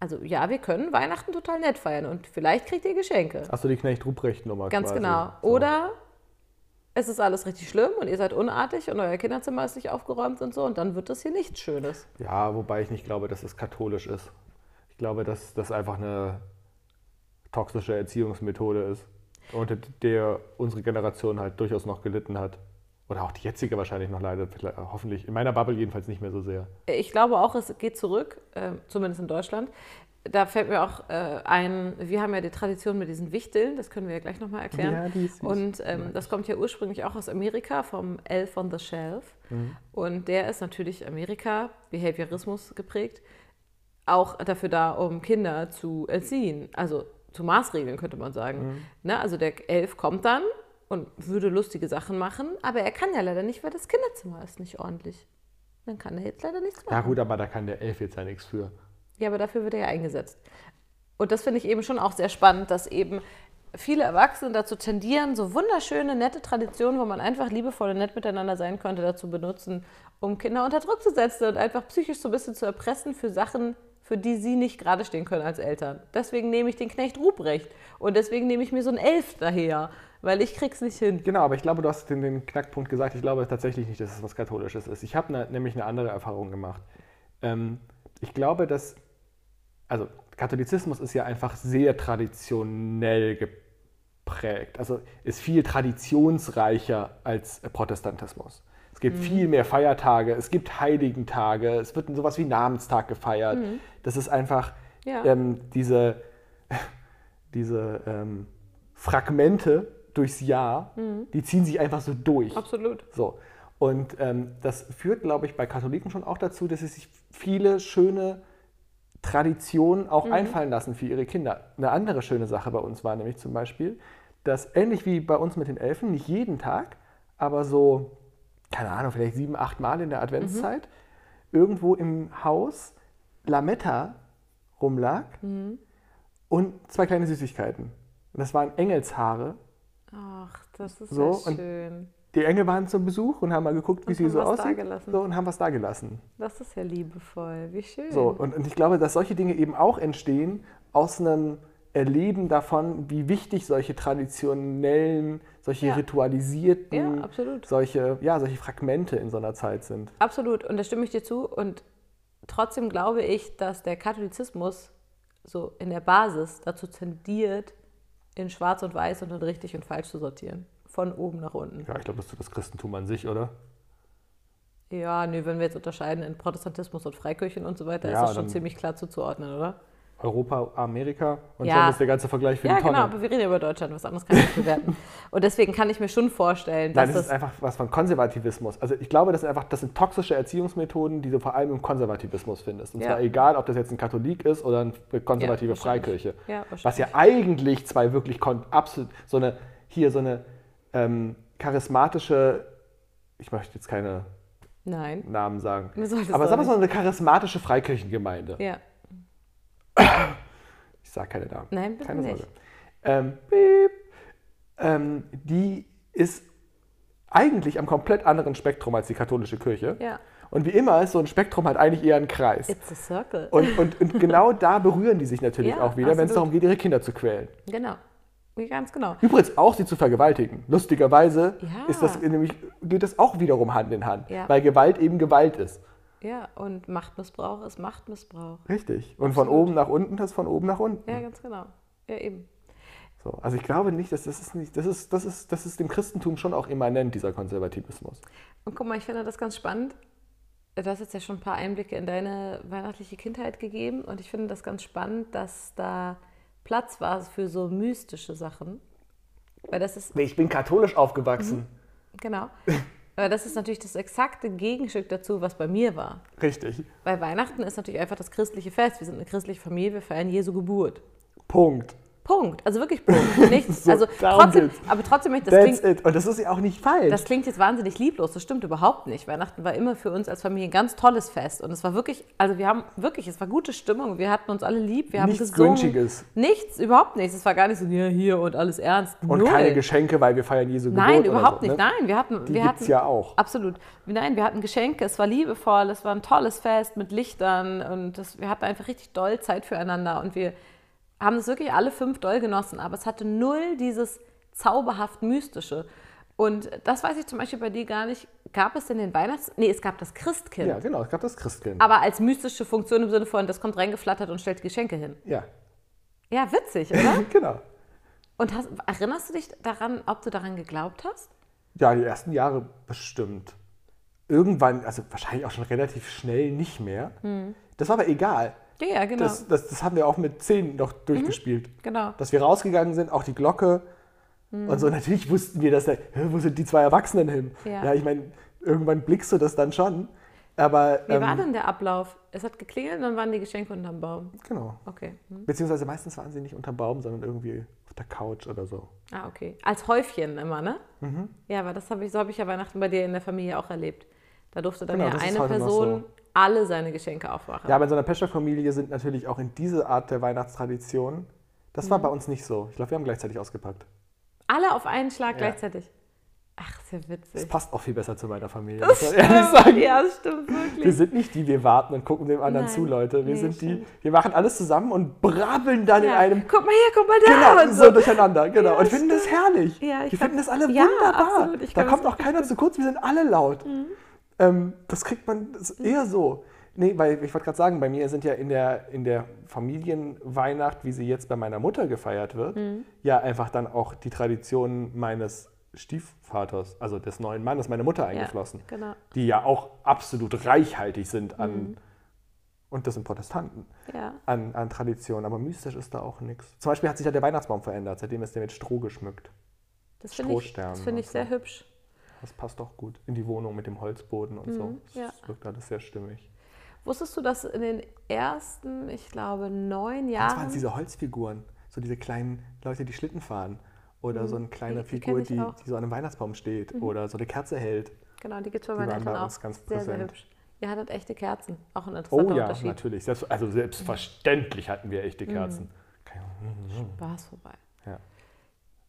Speaker 4: Also ja, wir können Weihnachten total nett feiern und vielleicht kriegt ihr Geschenke.
Speaker 5: Achso, die Knecht Ruprecht-Nummer.
Speaker 4: Ganz
Speaker 5: quasi.
Speaker 4: genau.
Speaker 5: So.
Speaker 4: Oder es ist alles richtig schlimm und ihr seid unartig und euer Kinderzimmer ist nicht aufgeräumt und so und dann wird das hier nichts Schönes.
Speaker 5: Ja, wobei ich nicht glaube, dass es katholisch ist. Ich glaube, dass das einfach eine toxische Erziehungsmethode ist, unter der unsere Generation halt durchaus noch gelitten hat. Oder auch die jetzige wahrscheinlich noch leider, vielleicht- äh, hoffentlich. In meiner Bubble jedenfalls nicht mehr so sehr.
Speaker 4: Ich glaube auch, es geht zurück, äh, zumindest in Deutschland. Da fällt mir auch äh, ein, wir haben ja die Tradition mit diesen Wichteln, das können wir ja gleich nochmal erklären.
Speaker 5: Ja, die ist süß.
Speaker 4: Und ähm, das kommt ja ursprünglich auch aus Amerika, vom Elf on the Shelf.
Speaker 5: Mhm.
Speaker 4: Und der ist natürlich Amerika, Behaviorismus geprägt, auch dafür da, um Kinder zu erziehen. Also zu maßregeln, könnte man sagen. Ne? Also der Elf kommt dann und würde lustige Sachen machen, aber er kann ja leider nicht, weil das Kinderzimmer ist nicht ordentlich. Dann kann er jetzt leider nichts machen.
Speaker 5: Ja gut, aber da kann der Elf jetzt ja nichts für.
Speaker 4: Ja, aber dafür wird er ja eingesetzt. Und das finde ich eben schon auch sehr spannend, dass eben viele Erwachsene dazu tendieren, so wunderschöne, nette Traditionen, wo man einfach liebevoll und nett miteinander sein könnte, dazu benutzen, um Kinder unter Druck zu setzen und einfach psychisch so ein bisschen zu erpressen für Sachen, für die sie nicht gerade stehen können als Eltern. Deswegen nehme ich den Knecht Ruprecht und deswegen nehme ich mir so einen Elf daher, weil ich krieg's nicht hin.
Speaker 5: Genau, aber ich glaube, du hast den, den Knackpunkt gesagt. Ich glaube tatsächlich nicht, dass es was Katholisches ist. Ich habe ne, nämlich eine andere Erfahrung gemacht. Ähm, ich glaube, dass, also Katholizismus ist ja einfach sehr traditionell geprägt. Also ist viel traditionsreicher als äh, Protestantismus. Es gibt viel mehr Feiertage, es gibt Heiligentage, es wird sowas wie Namenstag gefeiert. Das ist einfach
Speaker 4: Ja.
Speaker 5: ähm, diese, diese ähm, Fragmente durchs Jahr, die ziehen sich einfach so durch.
Speaker 4: Absolut.
Speaker 5: So. Und ähm, das führt, glaube ich, bei Katholiken schon auch dazu, dass sie sich viele schöne Traditionen auch einfallen lassen für ihre Kinder. Eine andere schöne Sache bei uns war nämlich zum Beispiel, dass ähnlich wie bei uns mit den Elfen, nicht jeden Tag, aber so, keine Ahnung, vielleicht sieben, acht Mal in der Adventszeit, irgendwo im Haus Lametta rumlag und zwei kleine Süßigkeiten. Und das waren Engelshaare.
Speaker 4: Ach, das ist
Speaker 5: So,
Speaker 4: ja
Speaker 5: und-
Speaker 4: schön.
Speaker 5: Die Engel waren zum Besuch und haben mal geguckt, wie
Speaker 4: Und
Speaker 5: sie
Speaker 4: haben
Speaker 5: so
Speaker 4: was
Speaker 5: aussieht.
Speaker 4: dagelassen.
Speaker 5: So, und haben was dagelassen.
Speaker 4: Das ist ja liebevoll. Wie schön.
Speaker 5: So, und, und ich glaube, dass solche Dinge eben auch entstehen aus einem Erleben davon, wie wichtig solche traditionellen, solche
Speaker 4: Ja.
Speaker 5: ritualisierten,
Speaker 4: Ja, absolut.
Speaker 5: solche, ja, solche Fragmente in so einer Zeit sind.
Speaker 4: Absolut, und da stimme ich dir zu. Und trotzdem glaube ich, dass der Katholizismus so in der Basis dazu tendiert, in Schwarz und Weiß und in richtig und falsch zu sortieren. Von oben nach unten.
Speaker 5: Ja, ich glaube, das tut das Christentum an sich, oder?
Speaker 4: Ja, nö, wenn wir jetzt unterscheiden in Protestantismus und Freikirchen und so weiter,
Speaker 5: Ja,
Speaker 4: ist das schon
Speaker 5: dann-
Speaker 4: ziemlich klar zuzuordnen, oder?
Speaker 5: Europa, Amerika und
Speaker 4: Ja.
Speaker 5: schon ist der ganze Vergleich für
Speaker 4: Ja,
Speaker 5: die Tonne.
Speaker 4: genau, aber wir reden ja über Deutschland, was anderes kann ich nicht bewerten. Und deswegen kann ich mir schon vorstellen, dass
Speaker 5: Nein, das ist einfach was von Konservativismus. Also ich glaube, das sind einfach, das sind toxische Erziehungsmethoden, die du vor allem im Konservativismus findest. Und
Speaker 4: Ja.
Speaker 5: zwar egal, ob das jetzt ein Katholik ist oder eine konservative
Speaker 4: Ja, wahrscheinlich.
Speaker 5: Freikirche.
Speaker 4: Ja,
Speaker 5: was
Speaker 4: wahrscheinlich.
Speaker 5: ja eigentlich zwei wirklich kon- absolut so eine hier so eine ähm, charismatische, ich möchte jetzt keine
Speaker 4: Nein.
Speaker 5: Namen sagen,
Speaker 4: Wir sollten es
Speaker 5: aber
Speaker 4: doch
Speaker 5: sagen wir mal so eine charismatische Freikirchengemeinde.
Speaker 4: Ja,
Speaker 5: Ich sage keine Namen.
Speaker 4: Nein, bitte
Speaker 5: keine
Speaker 4: nicht.
Speaker 5: Sorge. Ähm, piep. Ähm, die ist eigentlich am komplett anderen Spektrum als die katholische Kirche.
Speaker 4: Ja.
Speaker 5: Und wie immer ist so ein Spektrum halt eigentlich eher ein Kreis.
Speaker 4: it's a circle.
Speaker 5: Und, und, und genau da berühren die sich natürlich
Speaker 4: Ja,
Speaker 5: auch wieder, wenn es
Speaker 4: absolut.
Speaker 5: darum geht, ihre Kinder zu quälen.
Speaker 4: Genau. Ganz genau.
Speaker 5: Übrigens auch sie zu vergewaltigen. Lustigerweise
Speaker 4: Ja.
Speaker 5: ist das nämlich, geht das auch wiederum Hand in Hand,
Speaker 4: Ja.
Speaker 5: weil Gewalt eben Gewalt ist.
Speaker 4: Ja, und Machtmissbrauch ist Machtmissbrauch.
Speaker 5: Richtig. Und von oben nach unten ist von oben nach unten.
Speaker 4: Ja, ganz genau. Ja, eben.
Speaker 5: So. Also ich glaube nicht, dass das ist nicht, das ist, das ist, das ist dem Christentum schon auch immanent, dieser Konservativismus.
Speaker 4: Und guck mal, ich finde das ganz spannend. Du hast jetzt ja schon ein paar Einblicke in deine weihnachtliche Kindheit gegeben und ich finde das ganz spannend, dass da Platz war für so mystische Sachen. Weil das ist,
Speaker 5: Nee, ich bin katholisch aufgewachsen.
Speaker 4: genau, weil das ist natürlich das exakte Gegenstück dazu, was bei mir war.
Speaker 5: Richtig.
Speaker 4: Weil Weihnachten ist natürlich einfach das christliche Fest. Wir sind eine christliche Familie, wir feiern Jesu Geburt.
Speaker 5: Punkt.
Speaker 4: Punkt. Also wirklich Punkt. Nichts.
Speaker 5: So,
Speaker 4: also
Speaker 5: darum
Speaker 4: trotzdem,
Speaker 5: geht's.
Speaker 4: aber trotzdem, möchte ich- das
Speaker 5: That's
Speaker 4: klingt,
Speaker 5: it. Und das ist ja auch nicht falsch.
Speaker 4: das klingt jetzt wahnsinnig lieblos. Das stimmt überhaupt nicht. Weihnachten war immer für uns als Familie ein ganz tolles Fest. Und es war wirklich, also wir haben wirklich, es war gute Stimmung. Wir hatten uns alle lieb. Wir haben
Speaker 5: Nichts
Speaker 4: gesungen.
Speaker 5: Grinchiges.
Speaker 4: Nichts, überhaupt nichts. Es war gar nicht so, ja, hier und alles ernst.
Speaker 5: und
Speaker 4: Null.
Speaker 5: keine Geschenke, weil wir feiern Jesu Geburt.
Speaker 4: Nein, überhaupt
Speaker 5: oder so,
Speaker 4: nicht.
Speaker 5: Ne?
Speaker 4: Nein, wir hatten.
Speaker 5: Die
Speaker 4: wir
Speaker 5: gibt's
Speaker 4: hatten,
Speaker 5: ja auch.
Speaker 4: Absolut. Nein, wir hatten Geschenke, es war liebevoll, es war ein tolles Fest mit Lichtern und das, wir hatten einfach richtig doll Zeit füreinander und wir haben es wirklich alle fünf doll genossen, aber es hatte null dieses zauberhaft Mystische. Und das weiß ich zum Beispiel bei dir gar nicht. Gab es denn den Weihnachts... Nee, es gab das Christkind.
Speaker 5: Ja, genau. Es gab das Christkind.
Speaker 4: Aber als mystische Funktion im Sinne von, das kommt reingeflattert und stellt Geschenke hin.
Speaker 5: ja,
Speaker 4: Ja, witzig, oder?
Speaker 5: genau.
Speaker 4: Und hast, erinnerst du dich daran, ob du daran geglaubt hast?
Speaker 5: Ja, die ersten Jahre bestimmt. Irgendwann, also wahrscheinlich auch schon relativ schnell nicht mehr. Das war aber egal.
Speaker 4: Ja, ja, Hm. genau. Mhm.
Speaker 5: Das, das, das haben wir auch mit 10 noch durchgespielt.
Speaker 4: Genau.
Speaker 5: Dass wir rausgegangen sind, auch die Glocke.
Speaker 4: Hm.
Speaker 5: Und so, natürlich wussten wir, dass da, "Hä, wo sind die zwei Erwachsenen hin?
Speaker 4: Ja.
Speaker 5: ich meine, irgendwann blickst du das dann schon. Aber ähm,
Speaker 4: Wie war denn der Ablauf? Es hat geklingelt, dann waren die Geschenke unterm Baum.
Speaker 5: genau.
Speaker 4: Okay. Hm.
Speaker 5: Beziehungsweise meistens waren sie nicht unter Baum, sondern irgendwie auf der Couch oder so.
Speaker 4: Ah, okay. Als Häufchen immer, ne?
Speaker 5: Mhm.
Speaker 4: Ja, aber das habe ich, so habe ich ja Weihnachten bei dir in der Familie auch erlebt. Da durfte dann
Speaker 5: Genau,
Speaker 4: ja
Speaker 5: das ist
Speaker 4: eine
Speaker 5: heute noch
Speaker 4: Person
Speaker 5: so.
Speaker 4: alle seine Geschenke aufmachen.
Speaker 5: Ja, aber in so einer Pescher-Familie sind natürlich auch in diese Art der Weihnachtstradition. Das
Speaker 4: Mhm.
Speaker 5: war bei uns nicht so. Ich glaube, wir haben gleichzeitig ausgepackt.
Speaker 4: Alle auf einen Schlag
Speaker 5: Ja.
Speaker 4: gleichzeitig. Ach, sehr
Speaker 5: Das
Speaker 4: witzig.
Speaker 5: passt auch viel besser zu meiner Familie. muss man ehrlich sagen.
Speaker 4: Ja, das stimmt
Speaker 5: Wir
Speaker 4: wirklich.
Speaker 5: sind nicht die, wir warten und gucken dem anderen
Speaker 4: Nein.
Speaker 5: zu, Leute. Wir
Speaker 4: Nee,
Speaker 5: sind die,
Speaker 4: stimmt.
Speaker 5: wir machen alles zusammen und brabbeln dann in
Speaker 4: Ja.
Speaker 5: einem
Speaker 4: Guck mal hier, guck mal da.
Speaker 5: genau,
Speaker 4: und
Speaker 5: so durcheinander. Genau. und finden das herrlich.
Speaker 4: Ja, ich
Speaker 5: wir
Speaker 4: glaub-
Speaker 5: finden das alle
Speaker 4: ja,
Speaker 5: wunderbar.
Speaker 4: absolut. Ich
Speaker 5: da
Speaker 4: glaub, das Mhm.
Speaker 5: kommt
Speaker 4: ist
Speaker 5: auch keiner zu kurz, wir sind alle laut. Ähm, das kriegt man das
Speaker 4: Mhm.
Speaker 5: ist eher so. Nee, weil ich wollte gerade sagen, bei mir sind ja in der, in der Familienweihnacht, wie sie jetzt bei meiner Mutter gefeiert wird,
Speaker 4: Mhm.
Speaker 5: ja einfach dann auch die Traditionen meines Stiefvaters, also des neuen Mannes, meiner Mutter eingeflossen.
Speaker 4: genau.
Speaker 5: Die ja auch absolut reichhaltig sind an,
Speaker 4: Mhm.
Speaker 5: und das sind Protestanten
Speaker 4: Ja.
Speaker 5: an, an Tradition, aber mystisch ist da auch nichts. Zum Beispiel hat sich ja der Weihnachtsbaum verändert, seitdem ist der mit Stroh geschmückt.
Speaker 4: Das finde ich,
Speaker 5: Strohstern
Speaker 4: das find
Speaker 5: und
Speaker 4: ich sehr
Speaker 5: so.
Speaker 4: hübsch.
Speaker 5: Das passt auch gut in die Wohnung mit dem Holzboden und so. Das
Speaker 4: Mhm, ja.
Speaker 5: wirkt alles sehr stimmig.
Speaker 4: Wusstest du, dass in den ersten, ich glaube, neun
Speaker 5: Das waren
Speaker 4: Jahren
Speaker 5: diese Holzfiguren, so diese kleinen Leute, die Schlitten fahren. Oder so eine kleine
Speaker 4: Mhm. die- die
Speaker 5: Figur,
Speaker 4: kenn ich
Speaker 5: die,
Speaker 4: auch. Mhm.
Speaker 5: die so an einem Weihnachtsbaum steht oder so eine Kerze hält.
Speaker 4: Genau, die gibt es bei
Speaker 5: Die
Speaker 4: meinen
Speaker 5: waren bei
Speaker 4: Eltern
Speaker 5: uns
Speaker 4: auch.
Speaker 5: ganz
Speaker 4: sehr, sehr
Speaker 5: präsent.
Speaker 4: hübsch. Ihr hattet echte Kerzen. Auch ein interessanter
Speaker 5: Oh ja,
Speaker 4: Unterschied. Mhm.
Speaker 5: natürlich. Selbst, also selbstverständlich hatten wir echte Kerzen. Keine Ahnung.
Speaker 4: War es vorbei.
Speaker 5: Ja.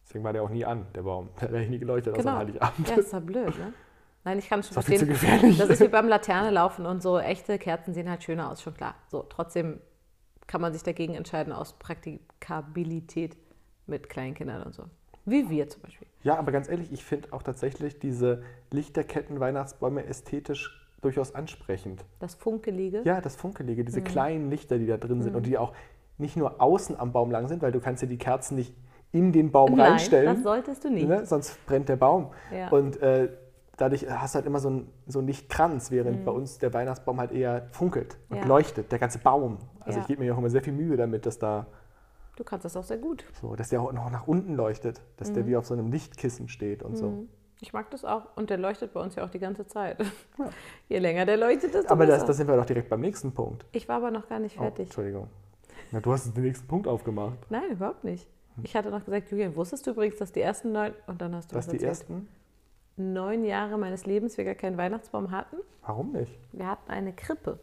Speaker 5: Deswegen war der auch nie an, der Baum. Der hat eigentlich nie geleuchtet
Speaker 4: Genau.
Speaker 5: außer Heiligabend.
Speaker 4: Ja, ist ja blöd, ne? Nein, ich kann schon
Speaker 5: Ist doch viel zu
Speaker 4: verstehen.
Speaker 5: gefährlich.
Speaker 4: Das ist wie beim Laterne laufen und so. Echte Kerzen sehen halt schöner aus, schon klar. So, trotzdem kann man sich dagegen entscheiden aus Praktikabilität mit kleinen Kindern und so. Wie wir zum Beispiel.
Speaker 5: Ja, aber ganz ehrlich, ich finde auch tatsächlich diese Lichterketten-Weihnachtsbäume ästhetisch durchaus ansprechend.
Speaker 4: Das Funkelige.
Speaker 5: Ja, das Funkelige,
Speaker 4: Mhm.
Speaker 5: diese kleinen Lichter, die da drin sind und die auch nicht nur außen am Baum lang sind, weil du kannst ja die Kerzen nicht in den Baum
Speaker 4: Nein, das
Speaker 5: reinstellen,
Speaker 4: solltest du nicht.
Speaker 5: ne? sonst brennt der Baum.
Speaker 4: Ja.
Speaker 5: Und äh, dadurch hast du halt immer so einen so einen Lichtkranz, während bei uns der Weihnachtsbaum halt eher funkelt und
Speaker 4: Mhm. Ja.
Speaker 5: leuchtet, der ganze Baum. Also
Speaker 4: Ja.
Speaker 5: ich gebe mir auch immer sehr viel Mühe damit, dass da
Speaker 4: Du kannst das auch sehr gut.
Speaker 5: so, dass der auch noch nach unten leuchtet, dass
Speaker 4: Mhm.
Speaker 5: der wie auf so einem Lichtkissen steht und so.
Speaker 4: Ich mag das auch. Und der leuchtet bei uns ja auch die ganze Zeit. Je länger der leuchtet, desto
Speaker 5: Aber das,
Speaker 4: besser.
Speaker 5: das sind wir doch direkt beim nächsten Punkt.
Speaker 4: ich war aber noch gar nicht
Speaker 5: Oh,
Speaker 4: fertig.
Speaker 5: Entschuldigung. Na, du hast den nächsten Punkt aufgemacht.
Speaker 4: Nein, überhaupt nicht.
Speaker 5: Hm.
Speaker 4: Ich hatte noch gesagt, Julian, wusstest du übrigens, dass die ersten neun, und dann hast du
Speaker 5: Was
Speaker 4: uns
Speaker 5: die
Speaker 4: erzählt,
Speaker 5: ersten?
Speaker 4: neun Jahre meines Lebens wir gar keinen Weihnachtsbaum hatten?
Speaker 5: Warum nicht?
Speaker 4: Wir hatten eine Krippe.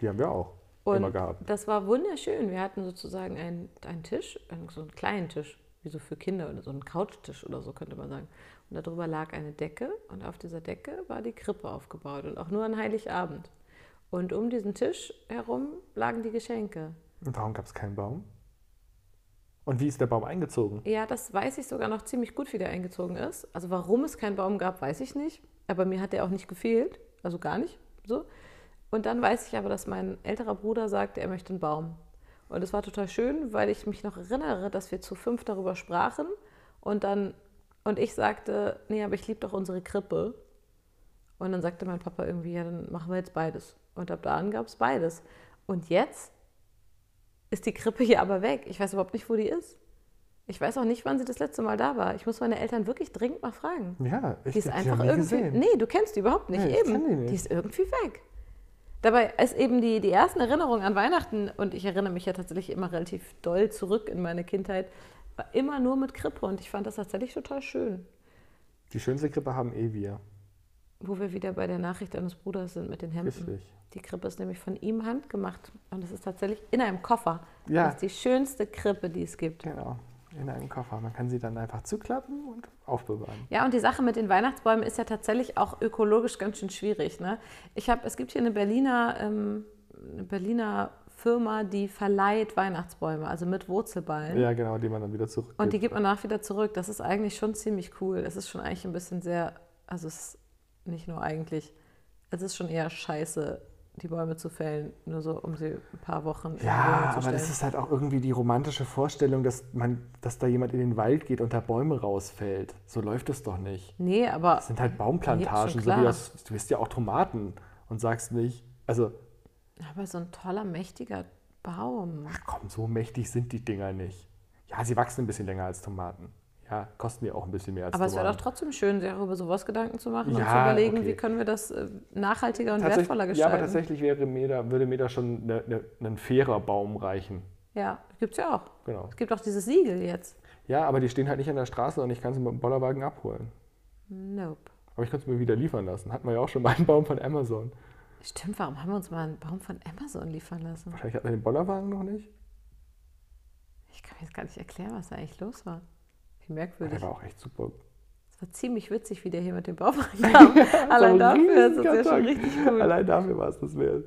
Speaker 5: Die haben wir auch immer
Speaker 4: Und
Speaker 5: gehabt.
Speaker 4: das war wunderschön. Wir hatten sozusagen einen, einen Tisch, einen, so einen kleinen Tisch, wie so für Kinder oder so einen Couchtisch oder so, könnte man sagen. Und darüber lag eine Decke und auf dieser Decke war die Krippe aufgebaut und auch nur an Heiligabend. Und um diesen Tisch herum lagen die Geschenke.
Speaker 5: Und warum gab es keinen Baum? Und wie ist der Baum eingezogen?
Speaker 4: Ja, das weiß ich sogar noch ziemlich gut, wie der eingezogen ist. Also warum es keinen Baum gab, weiß ich nicht. Aber mir hat der auch nicht gefehlt. Also gar nicht so. Und dann weiß ich aber, dass mein älterer Bruder sagte, er möchte einen Baum. Und es war total schön, weil ich mich noch erinnere, dass wir zu fünf darüber sprachen und dann und ich sagte, nee, aber ich liebe doch unsere Krippe. Und dann sagte mein Papa irgendwie, ja, dann machen wir jetzt beides. Und ab da an gab es beides. Und jetzt ist die Krippe hier aber weg. Ich weiß überhaupt nicht, wo die ist. Ich weiß auch nicht, wann sie das letzte Mal da war. Ich muss meine Eltern wirklich dringend mal fragen.
Speaker 5: Ja, ich
Speaker 4: Die ist
Speaker 5: hab
Speaker 4: einfach
Speaker 5: noch nie
Speaker 4: irgendwie.
Speaker 5: gesehen.
Speaker 4: Nee, du kennst die überhaupt nicht.
Speaker 5: Nee, ich
Speaker 4: eben.
Speaker 5: kenn
Speaker 4: Die,
Speaker 5: die nicht.
Speaker 4: ist irgendwie weg. Dabei ist eben die, die ersten Erinnerungen an Weihnachten, und ich erinnere mich ja tatsächlich immer relativ doll zurück in meine Kindheit, war immer nur mit Krippe. Und ich fand das tatsächlich total schön,
Speaker 5: Die schönste Krippe haben eh wir.
Speaker 4: wo wir wieder bei der Nachricht eines Bruders sind mit den Hemden.
Speaker 5: Richtig.
Speaker 4: Die Krippe ist nämlich von ihm handgemacht. Und es ist tatsächlich in einem Koffer.
Speaker 5: Ja.
Speaker 4: Das ist die schönste Krippe, die es gibt.
Speaker 5: Genau. In einem Koffer. Man kann sie dann einfach zuklappen und aufbewahren.
Speaker 4: Ja, und die Sache mit den Weihnachtsbäumen ist ja tatsächlich auch ökologisch ganz schön schwierig. Ne? Ich habe, es gibt hier eine Berliner, ähm, eine Berliner Firma, die verleiht Weihnachtsbäume, also mit Wurzelballen.
Speaker 5: Ja, genau, die man dann wieder zurückgibt.
Speaker 4: Und die gibt man nach wieder zurück. Das ist eigentlich schon ziemlich cool. Es ist schon eigentlich ein bisschen sehr, also es ist nicht nur eigentlich, es ist schon eher scheiße, die Bäume zu fällen, nur so um sie ein paar Wochen in die Wohnung
Speaker 5: ja,
Speaker 4: zu
Speaker 5: aber das
Speaker 4: stellen.
Speaker 5: ist halt auch irgendwie die romantische Vorstellung, dass man, dass da jemand in den Wald geht und da Bäume rausfällt. So läuft es doch nicht.
Speaker 4: Nee, aber
Speaker 5: Das sind halt
Speaker 4: Ja, schon
Speaker 5: Baumplantagen, so
Speaker 4: klar.
Speaker 5: wie das, du bist ja auch Tomaten und sagst nicht, also,
Speaker 4: Aber so ein toller, mächtiger Baum.
Speaker 5: ach komm, so mächtig sind die Dinger nicht. Ja, sie wachsen ein bisschen länger als Tomaten. Ja, kosten ja auch ein bisschen mehr als
Speaker 4: Aber es
Speaker 5: Tomaten.
Speaker 4: wäre doch trotzdem schön, sich auch über sowas Gedanken zu machen und zu
Speaker 5: Ja,
Speaker 4: überlegen,
Speaker 5: okay.
Speaker 4: wie können wir das äh, nachhaltiger und
Speaker 5: Tatsächlich-
Speaker 4: wertvoller
Speaker 5: Ja, aber
Speaker 4: gestalten. Ja,
Speaker 5: tatsächlich wäre mir da, würde mir da schon ne, ne, ein fairer Baum reichen.
Speaker 4: gibt es ja auch.
Speaker 5: Genau.
Speaker 4: Es gibt auch dieses Siegel jetzt.
Speaker 5: Ja, aber die stehen halt nicht an der Straße und ich kann sie mit dem Bollerwagen abholen.
Speaker 4: Nope.
Speaker 5: Aber ich kann es mir wieder liefern lassen. Hatten wir ja auch schon mal einen Baum von Amazon.
Speaker 4: Stimmt, warum haben wir uns mal einen Baum von Amazon liefern lassen?
Speaker 5: Wahrscheinlich hat man den Bollerwagen noch nicht.
Speaker 4: Ich kann mir jetzt gar nicht erklären, was da eigentlich los war. Wie merkwürdig.
Speaker 5: Der war auch echt super.
Speaker 4: Es war ziemlich witzig, wie der hier mit dem Baum ankam. Allein
Speaker 5: So ein
Speaker 4: dafür ist es ja
Speaker 5: Riesenkarton.
Speaker 4: schon richtig cool.
Speaker 5: Allein dafür war es das wert.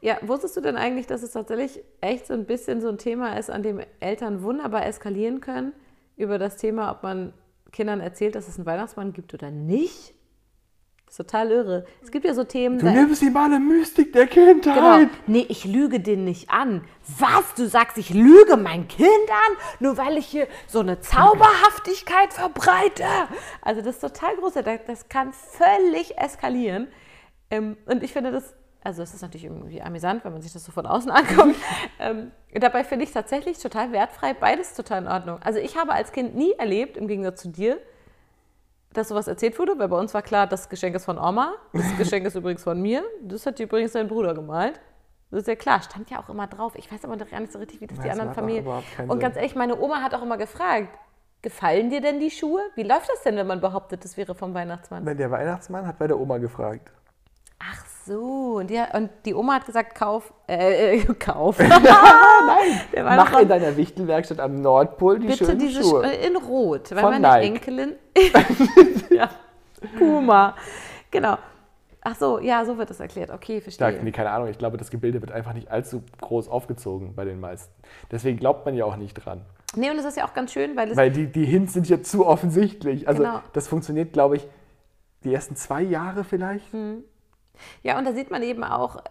Speaker 4: Ja, wusstest du denn eigentlich, dass es tatsächlich echt so ein bisschen so ein Thema ist, an dem Eltern wunderbar eskalieren können über das Thema, ob man Kindern erzählt, dass es einen Weihnachtsmann gibt oder nicht? Das ist total irre. Es gibt ja so Themen,
Speaker 5: Du nimmst halt. ihm alle Mystik der Kindheit.
Speaker 4: genau, nee, ich lüge den nicht an. Was? Du sagst, ich lüge mein Kind an, nur weil ich hier so eine Zauberhaftigkeit verbreite? Also das ist total groß. Das das kann völlig eskalieren. Ähm, und ich finde das, also es ist natürlich irgendwie amüsant, wenn man sich das so von außen anguckt. ähm, dabei finde ich tatsächlich total wertfrei, beides total in Ordnung. Also ich habe als Kind nie erlebt, im Gegensatz zu dir, dass sowas erzählt wurde, weil bei uns war klar, das Geschenk ist von Oma, das Geschenk ist übrigens von mir, das hat übrigens dein Bruder gemalt. Das ist ja klar, stand ja auch immer drauf. Ich weiß aber noch gar nicht so richtig, wie das die
Speaker 5: das
Speaker 4: anderen
Speaker 5: macht doch
Speaker 4: Familien.
Speaker 5: überhaupt keinen
Speaker 4: Und ganz
Speaker 5: Sinn.
Speaker 4: ehrlich, meine Oma hat auch immer gefragt, gefallen dir denn die Schuhe? Wie läuft das denn, wenn man behauptet, das wäre vom Weihnachtsmann?
Speaker 5: Der Weihnachtsmann hat bei der Oma gefragt.
Speaker 4: Ach so, und die, und die Oma hat gesagt, kauf, äh, äh, kauf. Ah, Der war
Speaker 5: Mach
Speaker 4: noch-
Speaker 5: in deiner Wichtelwerkstatt am Nordpol die
Speaker 4: bitte
Speaker 5: schönen
Speaker 4: diese
Speaker 5: Schuhe.
Speaker 4: Schu- äh, in Rot, weil
Speaker 5: Von
Speaker 4: meine
Speaker 5: Nike.
Speaker 4: Enkelin. ja, Puma. Genau. Ach so, ja, so wird das erklärt. Okay,
Speaker 5: Da,
Speaker 4: verstehe.
Speaker 5: nee, keine Ahnung, ich glaube, das Gebilde wird einfach nicht allzu groß aufgezogen bei den meisten. Deswegen glaubt man ja auch nicht dran.
Speaker 4: Nee, und es ist ja auch ganz schön, weil es.
Speaker 5: Weil die, die Hints sind ja zu offensichtlich. Also
Speaker 4: Genau.
Speaker 5: das funktioniert, glaube ich, die ersten zwei Jahre vielleicht.
Speaker 4: Hm. Ja, und da sieht man eben auch,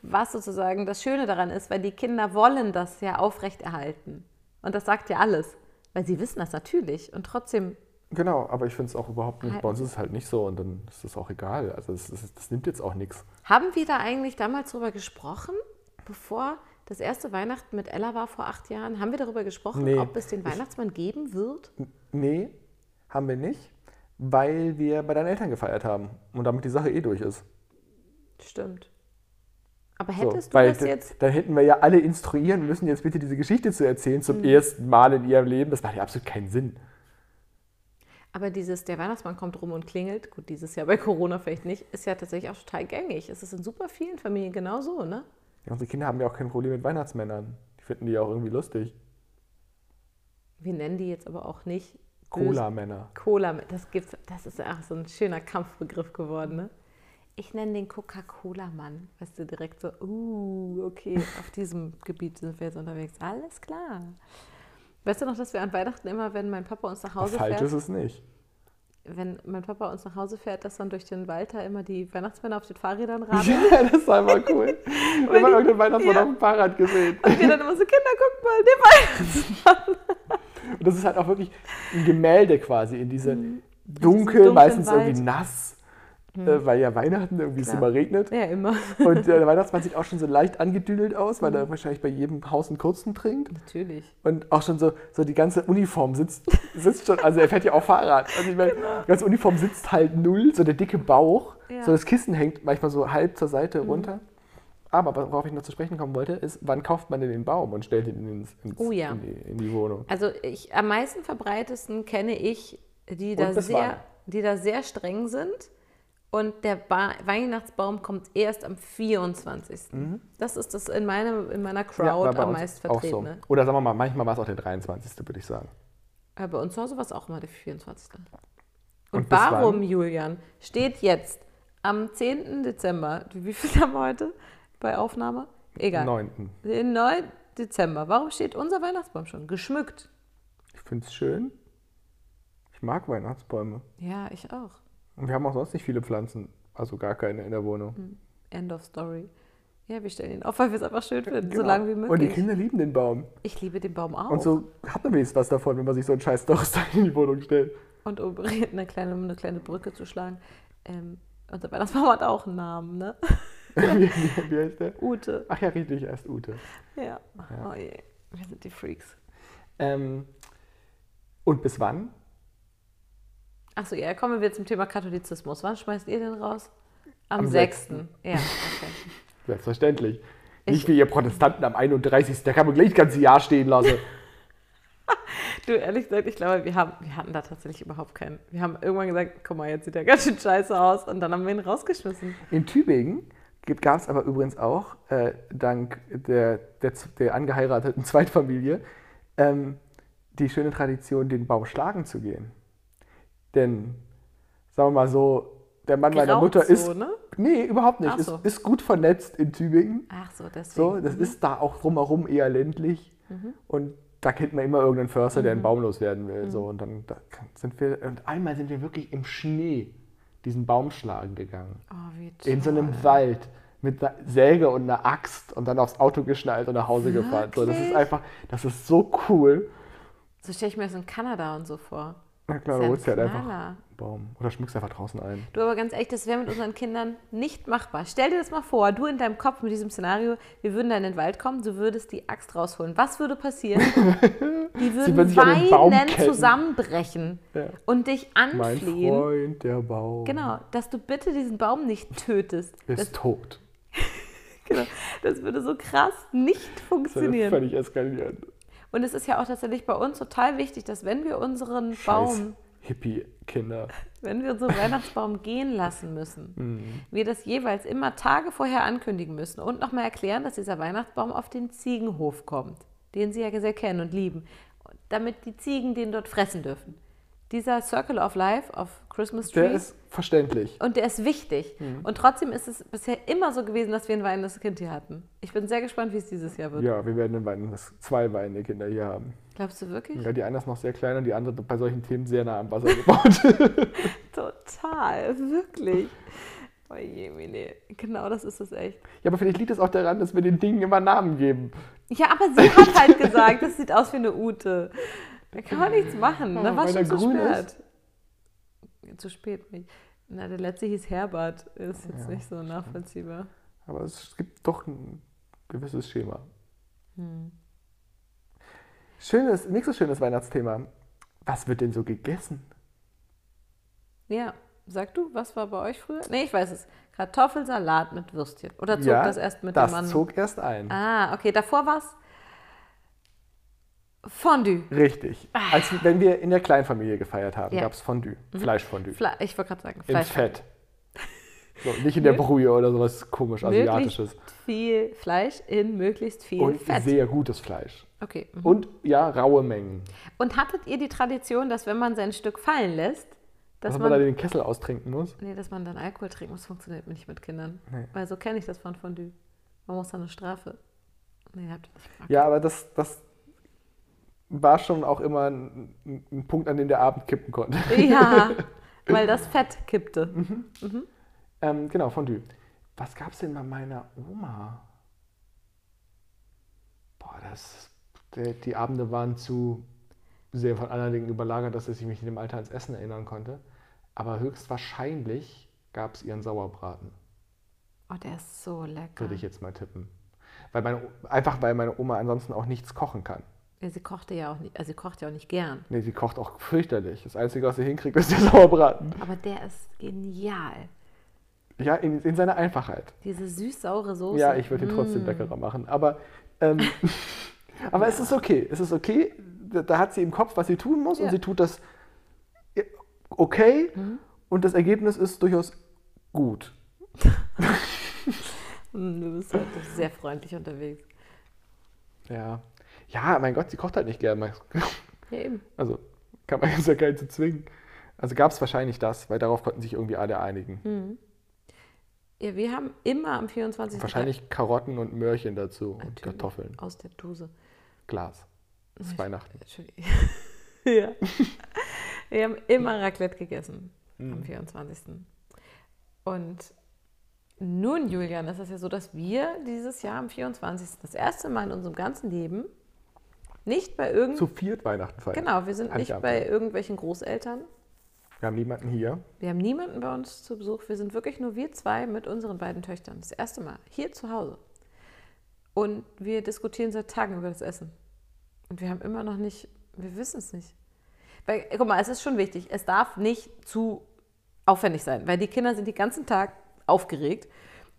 Speaker 4: was sozusagen das Schöne daran ist, weil die Kinder wollen das ja aufrechterhalten. Und das sagt ja alles. Weil sie wissen das natürlich. Und trotzdem
Speaker 5: Genau, aber ich finde es auch überhaupt nicht.
Speaker 4: Halt.
Speaker 5: Bei uns ist es halt nicht so und dann ist es auch egal. Also es, es, das nimmt jetzt auch nichts.
Speaker 4: Haben wir da eigentlich damals drüber gesprochen, bevor das erste Weihnachten mit Ella war vor acht Jahren? Haben wir darüber gesprochen,
Speaker 5: Nee,
Speaker 4: ob es den Weihnachtsmann geben wird?
Speaker 5: Nee, haben wir nicht, weil wir bei deinen Eltern gefeiert haben und damit die Sache eh durch ist.
Speaker 4: Stimmt. Aber
Speaker 5: So,
Speaker 4: hättest du
Speaker 5: weil
Speaker 4: das
Speaker 5: d-
Speaker 4: jetzt.
Speaker 5: Dann hätten wir ja alle instruieren müssen, jetzt bitte diese Geschichte zu erzählen
Speaker 4: Mhm.
Speaker 5: zum ersten Mal in ihrem Leben. Das macht ja absolut keinen Sinn.
Speaker 4: Aber dieses, der Weihnachtsmann kommt rum und klingelt, gut, dieses Jahr bei Corona vielleicht nicht, ist ja tatsächlich auch total gängig. Es ist in super vielen Familien genauso, ne?
Speaker 5: Ja, unsere Kinder haben ja auch kein Problem mit Weihnachtsmännern. Die finden die ja auch irgendwie lustig.
Speaker 4: Wir nennen die jetzt aber auch nicht. böse-
Speaker 5: Cola-Männer.
Speaker 4: Cola, das gibt's, das ist auch so ein schöner Kampfbegriff geworden, ne? Ich nenne den Coca-Cola-Mann. Weißt du, direkt so, uh, okay, auf diesem Gebiet sind wir jetzt unterwegs. Alles klar. Weißt du noch, dass wir an Weihnachten immer, wenn mein Papa uns nach Hause
Speaker 5: Falsch
Speaker 4: fährt,
Speaker 5: ist es nicht.
Speaker 4: wenn mein Papa uns nach Hause fährt, dass dann durch den Wald da immer die Weihnachtsmänner auf den Fahrrädern radeln.
Speaker 5: Ja, das war mal cool. Ich habe
Speaker 4: Wenn
Speaker 5: mal
Speaker 4: die-
Speaker 5: irgendeinen Weihnachtsmann
Speaker 4: ja.
Speaker 5: auf dem Fahrrad gesehen.
Speaker 4: Und wir dann immer so, Kinder, guck mal, der Weihnachtsmann.
Speaker 5: Und das ist halt auch wirklich ein Gemälde quasi in diese dunkel,
Speaker 4: Mhm. dunklen
Speaker 5: meistens
Speaker 4: Wald. Mhm.
Speaker 5: irgendwie nass, äh, weil ja Weihnachten irgendwie es
Speaker 4: Klar.
Speaker 5: immer regnet.
Speaker 4: Ja, immer.
Speaker 5: Und der Weihnachtsmann sieht auch schon so leicht angedüdelt aus, weil er wahrscheinlich bei jedem Haus einen kurzen trinkt.
Speaker 4: Natürlich.
Speaker 5: Und auch schon so, so die ganze Uniform sitzt, sitzt schon, also er fährt ja auch Fahrrad. Also ich meine, die ganze Uniform sitzt halt null, so der dicke Bauch,
Speaker 4: Genau. Ja. Mhm.
Speaker 5: so das Kissen hängt manchmal so halb zur Seite runter. Aber worauf ich noch zu sprechen kommen wollte, ist, wann kauft man denn den Baum und stellt ihn ins, ins,
Speaker 4: Oh ja.
Speaker 5: in, die, in die Wohnung?
Speaker 4: Also ich, am meisten verbreitesten kenne ich, die da,
Speaker 5: Und bis wann?
Speaker 4: sehr, die da sehr streng sind. Und der ba Weihnachtsbaum kommt erst am 24. Das ist das in, meinem, in meiner
Speaker 5: war
Speaker 4: Crowd
Speaker 5: Mhm. bei
Speaker 4: am
Speaker 5: uns
Speaker 4: meist
Speaker 5: auch so.
Speaker 4: vertretene.
Speaker 5: Oder sagen wir mal, manchmal war es auch der 23., würde ich sagen.
Speaker 4: Aber bei uns zu Hause war es auch immer der 24. Und,
Speaker 5: Und bis
Speaker 4: warum,
Speaker 5: wann?
Speaker 4: Julian, steht jetzt am 10. Dezember, wie viel haben wir heute bei Aufnahme? Egal.
Speaker 5: 9.
Speaker 4: Den 9. Dezember. Warum steht unser Weihnachtsbaum schon? Geschmückt.
Speaker 5: Ich finde es schön. Ich mag Weihnachtsbäume.
Speaker 4: Ja, ich auch.
Speaker 5: Und wir haben auch sonst nicht viele Pflanzen, also gar keine in der Wohnung.
Speaker 4: End of Story. Ja, wir stellen ihn auf, weil wir es einfach schön finden, so
Speaker 5: Genau.
Speaker 4: lange wie
Speaker 5: Und die
Speaker 4: möglich.
Speaker 5: Kinder lieben den Baum.
Speaker 4: ich liebe den Baum auch.
Speaker 5: Und so hat man wenigstens was davon, wenn man sich so einen scheiß Dorfstein in die Wohnung stellt.
Speaker 4: Und um eine kleine, um eine kleine Brücke zu schlagen. Ähm, unser Weihnachtsbaum hat auch einen Namen, ne?
Speaker 5: wie, wie, wie heißt der?
Speaker 4: Ute.
Speaker 5: Ach ja, richtig, erst Ute.
Speaker 4: Ja. Oh je. Wir sind die Freaks.
Speaker 5: Ähm, und bis wann?
Speaker 4: Achso, ja, kommen wir zum Thema Katholizismus. Wann schmeißt ihr den raus? Am,
Speaker 5: Am
Speaker 4: 6. Ja, okay.
Speaker 5: Selbstverständlich.
Speaker 4: Ich-
Speaker 5: Nicht wie ihr Protestanten am 31. Da kann man gleich das ganze Jahr stehen lassen.
Speaker 4: Du, ehrlich gesagt, ich glaube, wir, haben, wir hatten da tatsächlich überhaupt keinen. Wir haben irgendwann gesagt, guck mal, jetzt sieht der ganz schön scheiße aus. Und dann haben wir ihn rausgeschmissen.
Speaker 5: In Tübingen gab es aber übrigens auch, äh, dank der, der, Z- der angeheirateten Zweitfamilie, ähm, die schöne Tradition, den Baum schlagen zu gehen. Denn, sagen wir mal so, der Mann meiner
Speaker 4: Graut
Speaker 5: Mutter
Speaker 4: so,
Speaker 5: ist.
Speaker 4: ne?
Speaker 5: Nee, überhaupt nicht.
Speaker 4: Ach so. Mhm.
Speaker 5: Ist, ist gut vernetzt in Tübingen.
Speaker 4: Ach so,
Speaker 5: So,
Speaker 4: deswegen.
Speaker 5: das ist da auch drumherum eher ländlich.
Speaker 4: Mhm.
Speaker 5: Und da kennt man immer irgendeinen Förster, der einen Baum loswerden will.
Speaker 4: Mhm.
Speaker 5: So, und dann da sind wir, und einmal sind wir wirklich im Schnee diesen Baum schlagen gegangen.
Speaker 4: oh, wie toll.
Speaker 5: In so einem Wald mit einer Säge und einer Axt und dann aufs Auto geschnallt und nach Hause gefahren. So, das ist
Speaker 4: Wirklich?
Speaker 5: einfach, das ist so cool.
Speaker 4: So stelle ich mir das in Kanada und so vor.
Speaker 5: Na klar,
Speaker 4: Ist
Speaker 5: du
Speaker 4: ja
Speaker 5: holst dir
Speaker 4: ein
Speaker 5: halt einfach
Speaker 4: Knaller.
Speaker 5: einen Baum. Oder schmückst einfach draußen ein.
Speaker 4: Du, aber ganz ehrlich, das wäre mit unseren Kindern nicht machbar. Stell dir das mal vor, du in deinem Kopf mit diesem Szenario, wir würden da in den Wald kommen, du würdest die Axt rausholen. Was würde passieren? Die würden
Speaker 5: würden sich an den Baum
Speaker 4: weinend
Speaker 5: ketten.
Speaker 4: zusammenbrechen
Speaker 5: Ja.
Speaker 4: und dich
Speaker 5: Mein
Speaker 4: anflehen.
Speaker 5: Freund, der Baum
Speaker 4: Genau, dass du bitte diesen Baum nicht tötest. Das,
Speaker 5: ist tot.
Speaker 4: genau, das würde so krass nicht
Speaker 5: Das ist
Speaker 4: funktionieren.
Speaker 5: völlig eskaliert.
Speaker 4: Und es ist ja auch tatsächlich bei uns total wichtig, dass wenn wir unseren Baum
Speaker 5: Scheiß Hippie-Kinder.
Speaker 4: wenn wir unseren Weihnachtsbaum gehen lassen müssen,
Speaker 5: Mhm.
Speaker 4: wir das jeweils immer Tage vorher ankündigen müssen und nochmal erklären, dass dieser Weihnachtsbaum auf den Ziegenhof kommt, den sie ja sehr kennen und lieben, damit die Ziegen den dort fressen dürfen. Dieser Circle of Life auf Christmas
Speaker 5: Der
Speaker 4: Trees.
Speaker 5: ist Mhm. verständlich.
Speaker 4: und der ist wichtig. Und trotzdem ist es bisher immer so gewesen, dass wir ein weinendes Kind hier hatten. Ich bin sehr gespannt, wie es dieses Jahr wird.
Speaker 5: Ja, wir werden in Weihnachten zwei weinende Kinder hier haben.
Speaker 4: Glaubst du wirklich?
Speaker 5: Ja, die eine ist noch sehr klein und die andere bei solchen Themen sehr nah am Wasser gebaut.
Speaker 4: Total, wirklich. Oh je, Mine. Genau das ist es echt.
Speaker 5: ja, aber vielleicht liegt es auch daran, dass wir den Dingen immer Namen geben.
Speaker 4: Ja, aber sie hat halt gesagt, das sieht aus wie eine Ute. Da kann man nichts machen. Da
Speaker 5: Ja,
Speaker 4: war
Speaker 5: Oh, weil
Speaker 4: schon
Speaker 5: der
Speaker 4: zu
Speaker 5: grün
Speaker 4: spät. Zu spät. nicht. Na, der letzte hieß Herbert. Ist jetzt nicht so nachvollziehbar.
Speaker 5: Aber es gibt doch ein gewisses Schema.
Speaker 4: Hm.
Speaker 5: Schönes, nächstes schönes Weihnachtsthema. Was wird denn so gegessen?
Speaker 4: Ja, sag du, was war bei euch früher? Nee, ich weiß es. Kartoffelsalat mit Würstchen. Oder zog das erst mit
Speaker 5: das
Speaker 4: dem Mann?
Speaker 5: zog erst ein.
Speaker 4: Ah, okay, davor war es Fondue.
Speaker 5: Richtig. Als wenn wir in der Kleinfamilie gefeiert haben,
Speaker 4: Ah. Ja. Mhm.
Speaker 5: gab es Fondue. Fleischfondue.
Speaker 4: Fle ich wollte gerade sagen,
Speaker 5: Im
Speaker 4: Fleisch.
Speaker 5: Fett. So, nicht in der Brühe oder sowas komisch Asiatisches.
Speaker 4: Möglichst viel Fleisch in möglichst viel
Speaker 5: Und
Speaker 4: Fett.
Speaker 5: sehr gutes Fleisch.
Speaker 4: Okay. mhm.
Speaker 5: Und ja, raue Mengen.
Speaker 4: Und hattet ihr die Tradition, dass wenn man sein Stück fallen lässt,
Speaker 5: Dass
Speaker 4: dass man,
Speaker 5: man da den Kessel austrinken muss.
Speaker 4: nee, dass man dann Alkohol trinken muss, funktioniert nicht mit Kindern.
Speaker 5: Nee.
Speaker 4: Weil so kenne ich das von Fondue. Man muss dann eine Strafe. Nee, habt ihr nicht gemacht.
Speaker 5: Ja, aber das, das war schon auch immer ein, ein- ein Punkt, an dem der Abend kippen konnte.
Speaker 4: Ja, weil das Fett kippte.
Speaker 5: Ähm, genau, Fondue. Was gab's denn bei meiner Oma? Boah, das, der, die Abende waren zu sehr von anderen Dingen überlagert, dass ich mich in dem Alter ans Essen erinnern konnte. Aber höchstwahrscheinlich gab's ihren Sauerbraten,
Speaker 4: Oh, der ist so lecker.
Speaker 5: würde ich jetzt mal tippen. Weil meine, O- einfach weil meine Oma ansonsten auch nichts kochen kann.
Speaker 4: Ja, sie kochte ja auch nicht, also sie kocht ja auch nicht gern.
Speaker 5: Nee, sie kocht auch fürchterlich. Das Einzige, was sie hinkriegt, ist der Sauerbraten.
Speaker 4: Aber der ist genial.
Speaker 5: Ja, in, in seiner Einfachheit.
Speaker 4: Diese süß-saure Soße.
Speaker 5: Ja, ich würde ihn
Speaker 4: Hm.
Speaker 5: trotzdem leckerer machen. Aber, ähm, aber es ist okay. Es ist okay. Da, da hat sie im Kopf, was sie tun muss und
Speaker 4: Ja. Hm.
Speaker 5: sie tut das okay und das Ergebnis ist durchaus gut.
Speaker 4: Mm, Du bist heute sehr freundlich unterwegs.
Speaker 5: Ja. Ja, mein Gott, sie kocht halt nicht gerne.
Speaker 4: Ja, eben.
Speaker 5: Also kann man jetzt ja keinen zu zwingen. Also gab es wahrscheinlich das, weil darauf konnten sich irgendwie alle einigen.
Speaker 4: Hm. Ja, wir haben immer am 24.
Speaker 5: Wahrscheinlich Karotten und Möhrchen dazu und
Speaker 4: Natürlich.
Speaker 5: Kartoffeln.
Speaker 4: Aus der Dose.
Speaker 5: Glas. Es ist Weihnachten.
Speaker 4: Entschuldigung. ja. Wir haben immer Raclette gegessen
Speaker 5: Mhm.
Speaker 4: am 24. Und nun, Julian, ist es ja so, dass wir dieses Jahr am 24. das erste Mal in unserem ganzen Leben nicht bei
Speaker 5: Zu
Speaker 4: irgend
Speaker 5: viert Weihnachten feiern.
Speaker 4: Genau, wir sind
Speaker 5: Kann ich
Speaker 4: nicht
Speaker 5: ja
Speaker 4: bei irgendwelchen Großeltern.
Speaker 5: Wir haben niemanden hier.
Speaker 4: Wir haben niemanden bei uns zu Besuch. Wir sind wirklich nur wir zwei mit unseren beiden Töchtern. Das erste Mal hier zu Hause. Und wir diskutieren seit Tagen über das Essen. Und wir haben immer noch nicht, wir wissen es nicht. Weil, guck mal, es ist schon wichtig. Es darf nicht zu aufwendig sein, weil die Kinder sind den ganzen Tag aufgeregt.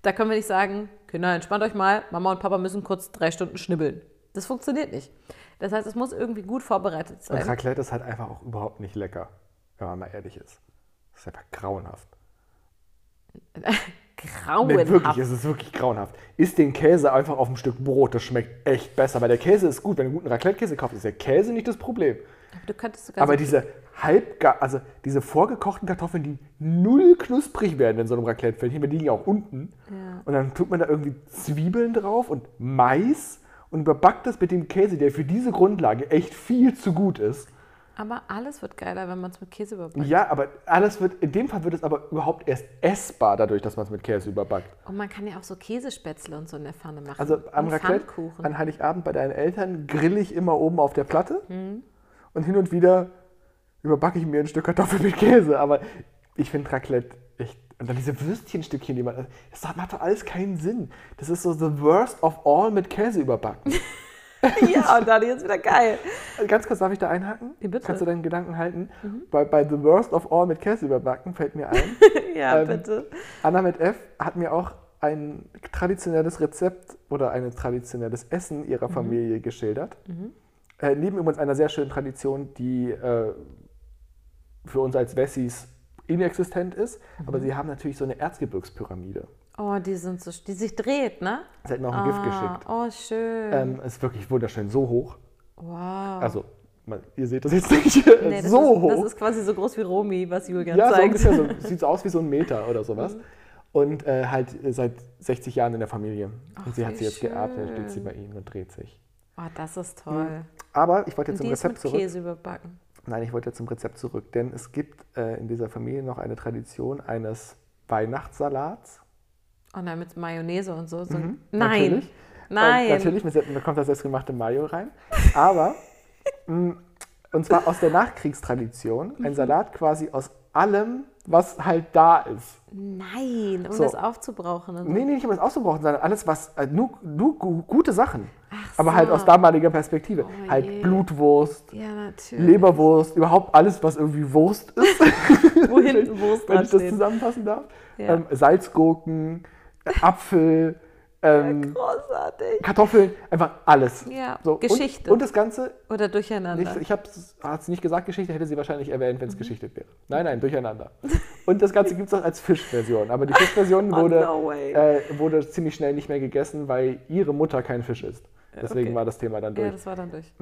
Speaker 4: Da können wir nicht sagen, Kinder, entspannt euch mal, Mama und Papa müssen kurz drei Stunden schnibbeln. Das funktioniert nicht. Das heißt, es muss irgendwie gut vorbereitet
Speaker 5: Und
Speaker 4: sein.
Speaker 5: Raclette ist halt einfach auch überhaupt nicht lecker, wenn man mal ehrlich ist. Das ist einfach grauenhaft. Nee,
Speaker 4: Grauenhaft.
Speaker 5: wirklich, es ist wirklich grauenhaft. Isst den Käse einfach auf ein Stück Brot, das schmeckt echt besser. Weil der Käse ist gut. Wenn du einen guten Raclette-Käse kaufst, ist der Käse nicht das Problem.
Speaker 4: du könntest sogar
Speaker 5: Aber
Speaker 4: so
Speaker 5: diese halb, also diese vorgekochten Kartoffeln, die null knusprig werden in so einem Raclette-Fännchen, die liegen ja auch unten.
Speaker 4: Ja.
Speaker 5: Und dann tut man da irgendwie Zwiebeln drauf und Mais und überbackt das mit dem Käse, der für diese Grundlage echt viel zu gut ist.
Speaker 4: Aber alles wird geiler, wenn man es mit Käse überbackt.
Speaker 5: Ja, aber alles wird, in dem Fall wird es aber überhaupt erst essbar dadurch, dass man es mit Käse überbackt.
Speaker 4: Und man kann ja auch so Käsespätzle und so in der Pfanne machen.
Speaker 5: Also am
Speaker 4: und
Speaker 5: Raclette,
Speaker 4: Pfannkuchen.
Speaker 5: an Heiligabend bei deinen Eltern grill ich immer oben auf der Platte
Speaker 4: Mhm.
Speaker 5: und hin und wieder überbacke ich mir ein Stück Kartoffel mit Käse, aber ich finde Raclette echt, und dann diese Würstchenstückchen, die man, das macht doch alles keinen Sinn. Das ist so the worst of all mit Käse überbacken.
Speaker 4: ja, und dann jetzt wieder geil.
Speaker 5: Also Ganz kurz, darf ich da einhaken?
Speaker 4: Ja, bitte. Mhm.
Speaker 5: Kannst du deinen Gedanken halten? Bei, bei The Worst of All mit Käse überbacken fällt mir ein,
Speaker 4: ja,
Speaker 5: Ähm,
Speaker 4: bitte.
Speaker 5: Anna mit F hat mir auch ein traditionelles Rezept oder ein traditionelles Essen ihrer
Speaker 4: Mhm.
Speaker 5: Familie geschildert. Äh, neben übrigens einer sehr schönen Tradition, die äh, für uns als Wessis inexistent ist. Aber
Speaker 4: Mhm.
Speaker 5: sie haben natürlich so eine Erzgebirgspyramide.
Speaker 4: Oh, die sind so, sch- die sich dreht, ne?
Speaker 5: Sie hat mir auch ein Gift geschickt.
Speaker 4: Oh, schön.
Speaker 5: Ähm, ist wirklich wunderschön, so hoch.
Speaker 4: wow.
Speaker 5: Also, man, ihr seht das jetzt nicht.
Speaker 4: Ah. Nee, das
Speaker 5: so
Speaker 4: ist,
Speaker 5: hoch.
Speaker 4: Das ist quasi so groß wie Romy, was Julian
Speaker 5: Ja, so
Speaker 4: zeigt.
Speaker 5: ungefähr so. Sieht so aus wie so ein Meter oder
Speaker 4: Mhm.
Speaker 5: sowas. Und äh, halt äh, seit 60 Jahren in der Familie. und sie
Speaker 4: wie
Speaker 5: hat sie jetzt geerbt, dann steht sie
Speaker 4: schön.
Speaker 5: bei ihnen und dreht sich.
Speaker 4: oh, das ist toll.
Speaker 5: Aber ich wollte jetzt
Speaker 4: Und die
Speaker 5: zum
Speaker 4: ist mit
Speaker 5: Rezept zurück.
Speaker 4: Käse überbacken.
Speaker 5: Nein, ich wollte jetzt zum Rezept zurück, denn es gibt äh, in dieser Familie noch eine Tradition eines Weihnachtssalats.
Speaker 4: Oh nein, mit Mayonnaise und so. so ein-
Speaker 5: Mhm,
Speaker 4: Nein.
Speaker 5: natürlich.
Speaker 4: Nein.
Speaker 5: Und natürlich, mit, da kommt das selbstgemachte Mayo rein. Aber, mh, und zwar aus der Nachkriegstradition,
Speaker 4: Mhm.
Speaker 5: ein Salat quasi aus allem, was halt da ist.
Speaker 4: Nein, um
Speaker 5: So.
Speaker 4: das aufzubrauchen. Und so.
Speaker 5: Nee, nee, nicht um es auszubrauchen, sondern alles, was äh, nur, nur gu- gute Sachen. aber
Speaker 4: so.
Speaker 5: halt aus damaliger Perspektive.
Speaker 4: Oh
Speaker 5: halt
Speaker 4: je.
Speaker 5: Blutwurst,
Speaker 4: Ja, natürlich.
Speaker 5: Leberwurst, überhaupt alles, was irgendwie Wurst ist,
Speaker 4: Wo hinten Wurst
Speaker 5: wenn ich das
Speaker 4: dransteht.
Speaker 5: zusammenfassen darf.
Speaker 4: Ja.
Speaker 5: Ähm, Salzgurken, äh, Apfel, ähm,
Speaker 4: Großartig.
Speaker 5: Kartoffeln, einfach alles.
Speaker 4: Ja,
Speaker 5: So,
Speaker 4: Geschichte.
Speaker 5: Und, und das Ganze,
Speaker 4: Oder
Speaker 5: nicht,
Speaker 4: durcheinander. Mhm.
Speaker 5: ich habe es nicht gesagt, Geschichte hätte sie wahrscheinlich erwähnt, wenn es Geschichte wäre. Nein, nein, durcheinander. Und das Ganze gibt es auch als Fischversion. Aber die Fischversion
Speaker 4: Oh,
Speaker 5: wurde,
Speaker 4: no way.
Speaker 5: äh, wurde ziemlich schnell nicht mehr gegessen, weil ihre Mutter kein Fisch ist. Deswegen
Speaker 4: okay.
Speaker 5: war das Thema dann durch. Mhm.
Speaker 4: ja, das war dann durch.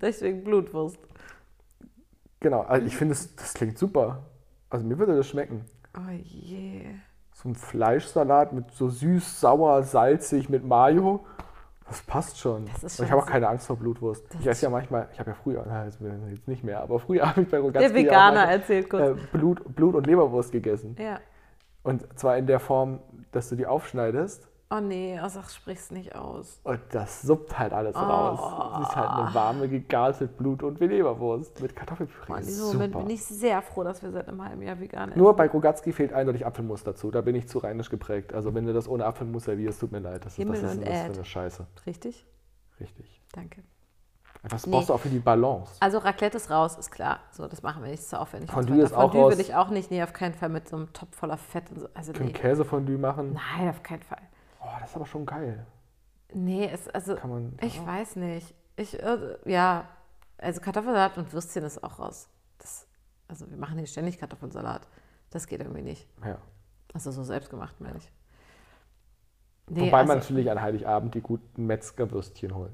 Speaker 4: Deswegen Blutwurst.
Speaker 5: genau, also ich finde, es- das klingt super. Also mir würde das schmecken.
Speaker 4: Oh je.
Speaker 5: So ein Fleischsalat mit so süß, sauer, salzig, mit Mayo. Das passt schon.
Speaker 4: Das ist
Speaker 5: Und ich
Speaker 4: schon
Speaker 5: habe auch keine Angst vor Blutwurst. ich esse ja manchmal, ich habe ja früher, na, jetzt, jetzt nicht mehr, aber früher habe ich bei Rogatski
Speaker 4: Der Veganer
Speaker 5: ja auch
Speaker 4: erzählt
Speaker 5: mal, äh,
Speaker 4: kurz.
Speaker 5: Blut, Blut und Leberwurst gegessen.
Speaker 4: Ja.
Speaker 5: Und zwar in der Form, dass du die aufschneidest
Speaker 4: Oh nee, also ach, sprich's nicht aus.
Speaker 5: und das suppt halt
Speaker 4: Oh.
Speaker 5: alles raus. Das ist halt eine warme, gegarte Blut- und Leberwurst mit Kartoffelpüree.
Speaker 4: Mann, in diesem
Speaker 5: Super.
Speaker 4: Moment bin ich sehr froh, dass wir seit einem halben Jahr vegan essen.
Speaker 5: Nur bei Grogatski fehlt eindeutig Apfelmus dazu. Da bin ich zu rheinisch geprägt. Also wenn du das ohne Apfelmus servierst, tut mir leid. Das, ist-
Speaker 4: Himmel
Speaker 5: das ist
Speaker 4: und
Speaker 5: das für
Speaker 4: Erd.
Speaker 5: eine Scheiße.
Speaker 4: Richtig?
Speaker 5: Richtig.
Speaker 4: Danke.
Speaker 5: Das
Speaker 4: Nee.
Speaker 5: brauchst du auch für die Balance.
Speaker 4: Also Raclette ist raus, ist klar. So, das machen wir nicht, ist zu aufwendig. und so
Speaker 5: Fondue
Speaker 4: weiter.
Speaker 5: ist auch
Speaker 4: Fondue
Speaker 5: raus.
Speaker 4: will ich auch nicht, nee, auf keinen Fall mit so einem Topf voller Fett. Und so. Also
Speaker 5: Können
Speaker 4: nee.
Speaker 5: Käsefondue machen.
Speaker 4: Nein, auf keinen Fall.
Speaker 5: Oh, das ist aber schon geil.
Speaker 4: Nee, es, also
Speaker 5: Kann man-
Speaker 4: ich weiß nicht. Ich, äh, ja, also Kartoffelsalat und Würstchen ist auch raus. Das, also wir machen hier ständig Kartoffelsalat. Das geht irgendwie nicht.
Speaker 5: Ja.
Speaker 4: Also so selbstgemacht, meine ich. Nee,
Speaker 5: Wobei man
Speaker 4: also,
Speaker 5: natürlich an Heiligabend die guten Metzgerwürstchen holt.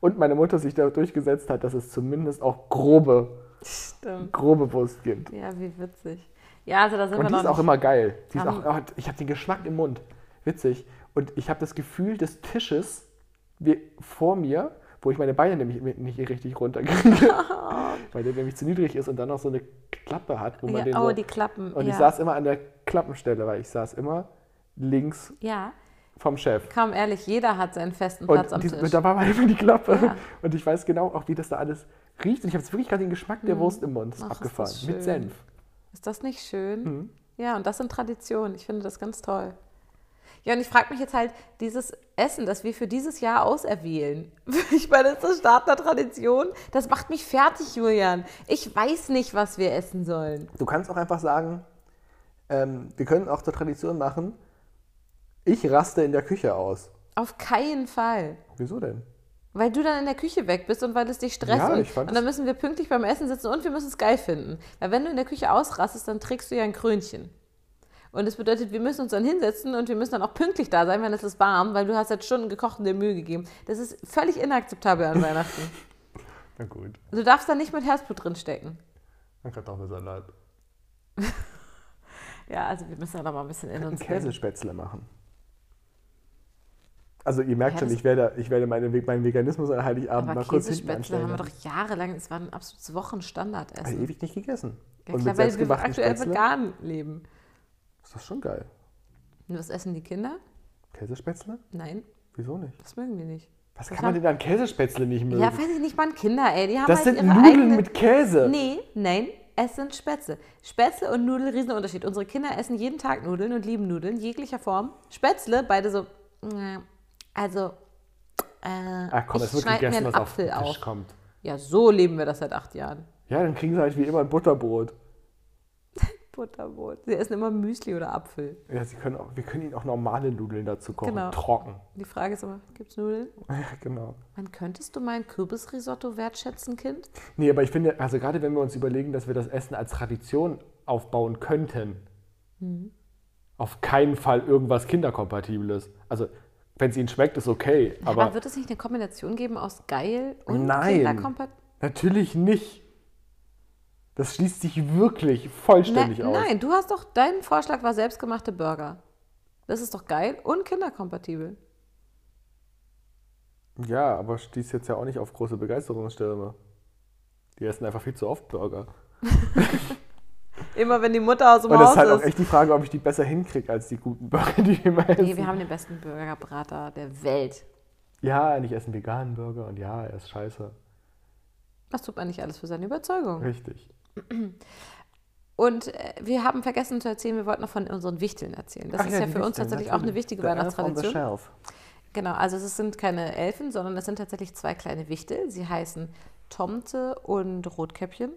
Speaker 5: Und meine Mutter sich da durchgesetzt hat, dass es zumindest auch grobe,
Speaker 4: Stimmt.
Speaker 5: grobe Wurst gibt.
Speaker 4: Ja, wie witzig. Ja, also da sind wir
Speaker 5: Und die
Speaker 4: noch
Speaker 5: ist auch
Speaker 4: nicht-
Speaker 5: immer geil. Die ist
Speaker 4: Haben-
Speaker 5: auch, oh, ich habe den Geschmack im Mund. Witzig. Und ich habe das Gefühl des Tisches wie, vor mir, wo ich meine Beine nämlich nicht richtig runterkriege, weil der nämlich zu niedrig ist und dann noch so eine Klappe hat, wo man
Speaker 4: Ja,
Speaker 5: den
Speaker 4: oh,
Speaker 5: so,
Speaker 4: die Klappen.
Speaker 5: Und
Speaker 4: ja.
Speaker 5: ich saß immer an der Klappenstelle, weil ich saß immer links
Speaker 4: ja,
Speaker 5: vom Chef.
Speaker 4: kaum ehrlich, jeder hat seinen festen Platz am
Speaker 5: Und, die,
Speaker 4: Tisch.
Speaker 5: und dabei war immer die Klappe.
Speaker 4: Ja.
Speaker 5: Und ich weiß genau auch, wie das da alles riecht. Und ich habe jetzt wirklich gerade den Geschmack der Wurst im Mund. Das ist
Speaker 4: Mhm. Ach, ist
Speaker 5: abgefahren.
Speaker 4: das schön.
Speaker 5: Mit Senf.
Speaker 4: Ist das nicht schön? Ja, und das sind Traditionen. Ich finde das ganz toll. Ja, und ich frage mich jetzt halt, dieses Essen, das wir für dieses Jahr auserwählen, ich meine, das ist das Start der Tradition, das macht mich fertig, Julian. Ich weiß nicht, was wir essen sollen.
Speaker 5: Du kannst auch einfach sagen, ähm, wir können auch zur Tradition machen, ich raste in der Küche aus.
Speaker 4: Auf keinen Fall.
Speaker 5: Wieso denn?
Speaker 4: Weil du dann in der Küche weg bist und weil es dich stresst.
Speaker 5: Ja,
Speaker 4: und,
Speaker 5: ich fand
Speaker 4: und dann müssen wir pünktlich beim Essen sitzen und wir müssen es geil finden. Weil wenn du in der Küche ausrastest, dann trägst du ja ein Krönchen. Und das bedeutet, wir müssen uns dann hinsetzen und wir müssen dann auch pünktlich da sein, wenn es ist warm, weil du hast jetzt Stunden gekocht und dir Mühe gegeben. Das ist völlig inakzeptabel an Weihnachten.
Speaker 5: Na gut,
Speaker 4: Du darfst da nicht mit Herzblut drin stecken.
Speaker 5: ein Kartoffelsalat.
Speaker 4: Ja, also wir müssen da noch mal ein bisschen in
Speaker 5: Einen
Speaker 4: uns gehen.
Speaker 5: Käsespätzle machen. Also ihr merkt
Speaker 4: Ja,
Speaker 5: schon,
Speaker 4: das-
Speaker 5: ich werde, ich werde meine, meinen Veganismus an Heiligabend
Speaker 4: Aber
Speaker 5: mal kurz hinten
Speaker 4: Käsespätzle
Speaker 5: anstellen.
Speaker 4: haben wir doch jahrelang, es war ein absolutes
Speaker 5: also
Speaker 4: Wochenstandardessen.
Speaker 5: ewig nicht gegessen.
Speaker 4: Ja,
Speaker 5: Und
Speaker 4: klar,
Speaker 5: mit
Speaker 4: weil wir
Speaker 5: selbstgemachten
Speaker 4: aktuell
Speaker 5: Spätzle
Speaker 4: vegan leben.
Speaker 5: ist das schon geil.
Speaker 4: Und was essen die Kinder?
Speaker 5: Käsespätzle?
Speaker 4: Nein,
Speaker 5: Wieso nicht?
Speaker 4: das mögen die nicht.
Speaker 5: Was
Speaker 4: Das
Speaker 5: kann man
Speaker 4: haben-
Speaker 5: denn an Käsespätzle nicht mögen?
Speaker 4: Ja, weiß ich nicht, Mann, Kinder, ey, die haben
Speaker 5: das
Speaker 4: halt
Speaker 5: sind
Speaker 4: ihre
Speaker 5: Nudeln
Speaker 4: eigenen...
Speaker 5: mit Käse.
Speaker 4: Nee, nein, es sind Spätzle. Spätzle und Nudeln, Riesenunterschied. Unsere Kinder essen jeden Tag Nudeln und lieben Nudeln, jeglicher Form. Spätzle, beide so, äh, also, äh,
Speaker 5: Ach Ah, komm,
Speaker 4: ich
Speaker 5: es wird
Speaker 4: schneid
Speaker 5: gegessen,
Speaker 4: mir
Speaker 5: was
Speaker 4: einen
Speaker 5: auf den
Speaker 4: Apfel
Speaker 5: Tisch
Speaker 4: auf.
Speaker 5: kommt.
Speaker 4: Ja, so leben wir das seit acht Jahren.
Speaker 5: Ja, dann kriegen sie halt wie immer ein Butterbrot.
Speaker 4: Butterbrot. Sie essen immer Müsli oder Apfel.
Speaker 5: Ja, sie können auch, wir können ihnen auch normale Nudeln dazu kochen.
Speaker 4: Genau.
Speaker 5: Trocken.
Speaker 4: Die Frage ist immer, gibt's Nudeln?
Speaker 5: Ja, genau.
Speaker 4: Wann könntest du mein Kürbisrisotto wertschätzen, Kind?
Speaker 5: Nee, aber ich finde, also gerade wenn wir uns überlegen, dass wir das Essen als Tradition aufbauen könnten,
Speaker 4: Mhm.
Speaker 5: auf keinen Fall irgendwas kinderkompatibles. Also, wenn es ihnen schmeckt, ist okay.
Speaker 4: Aber,
Speaker 5: Aber,
Speaker 4: wird es nicht eine Kombination geben aus geil und
Speaker 5: Nein.
Speaker 4: Kinderkompat-
Speaker 5: natürlich nicht. Das schließt sich wirklich vollständig
Speaker 4: Na,
Speaker 5: aus.
Speaker 4: Ne, Nein, du hast doch, dein Vorschlag war selbstgemachte Burger. Das ist doch geil und kinderkompatibel.
Speaker 5: Ja, aber stieß jetzt ja auch nicht auf große Begeisterungsstürme. Die essen einfach viel zu oft Burger.
Speaker 4: Immer wenn die Mutter aus dem
Speaker 5: Und das
Speaker 4: Haus
Speaker 5: ist halt auch
Speaker 4: ist.
Speaker 5: echt die Frage, ob ich die besser hinkriege als die guten Burger, die wir immer essen.
Speaker 4: Nee, wir haben den besten Burgerbrater der Welt.
Speaker 5: ja, und ich esse einen veganen Burger und ja, er ist scheiße.
Speaker 4: Das tut man nicht alles für seine Überzeugung.
Speaker 5: Richtig.
Speaker 4: Und äh, wir haben vergessen zu erzählen, wir wollten noch von unseren Wichteln erzählen. Das ist ja,
Speaker 5: die
Speaker 4: für uns
Speaker 5: Wichteln,
Speaker 4: tatsächlich auch eine
Speaker 5: natürlich.
Speaker 4: wichtige
Speaker 5: The Elf on the
Speaker 4: Weihnachtstradition.
Speaker 5: Shelf.
Speaker 4: Genau, also es sind keine Elfen, sondern es sind tatsächlich zwei kleine Wichtel. Sie heißen Tomte und Rotkäppchen.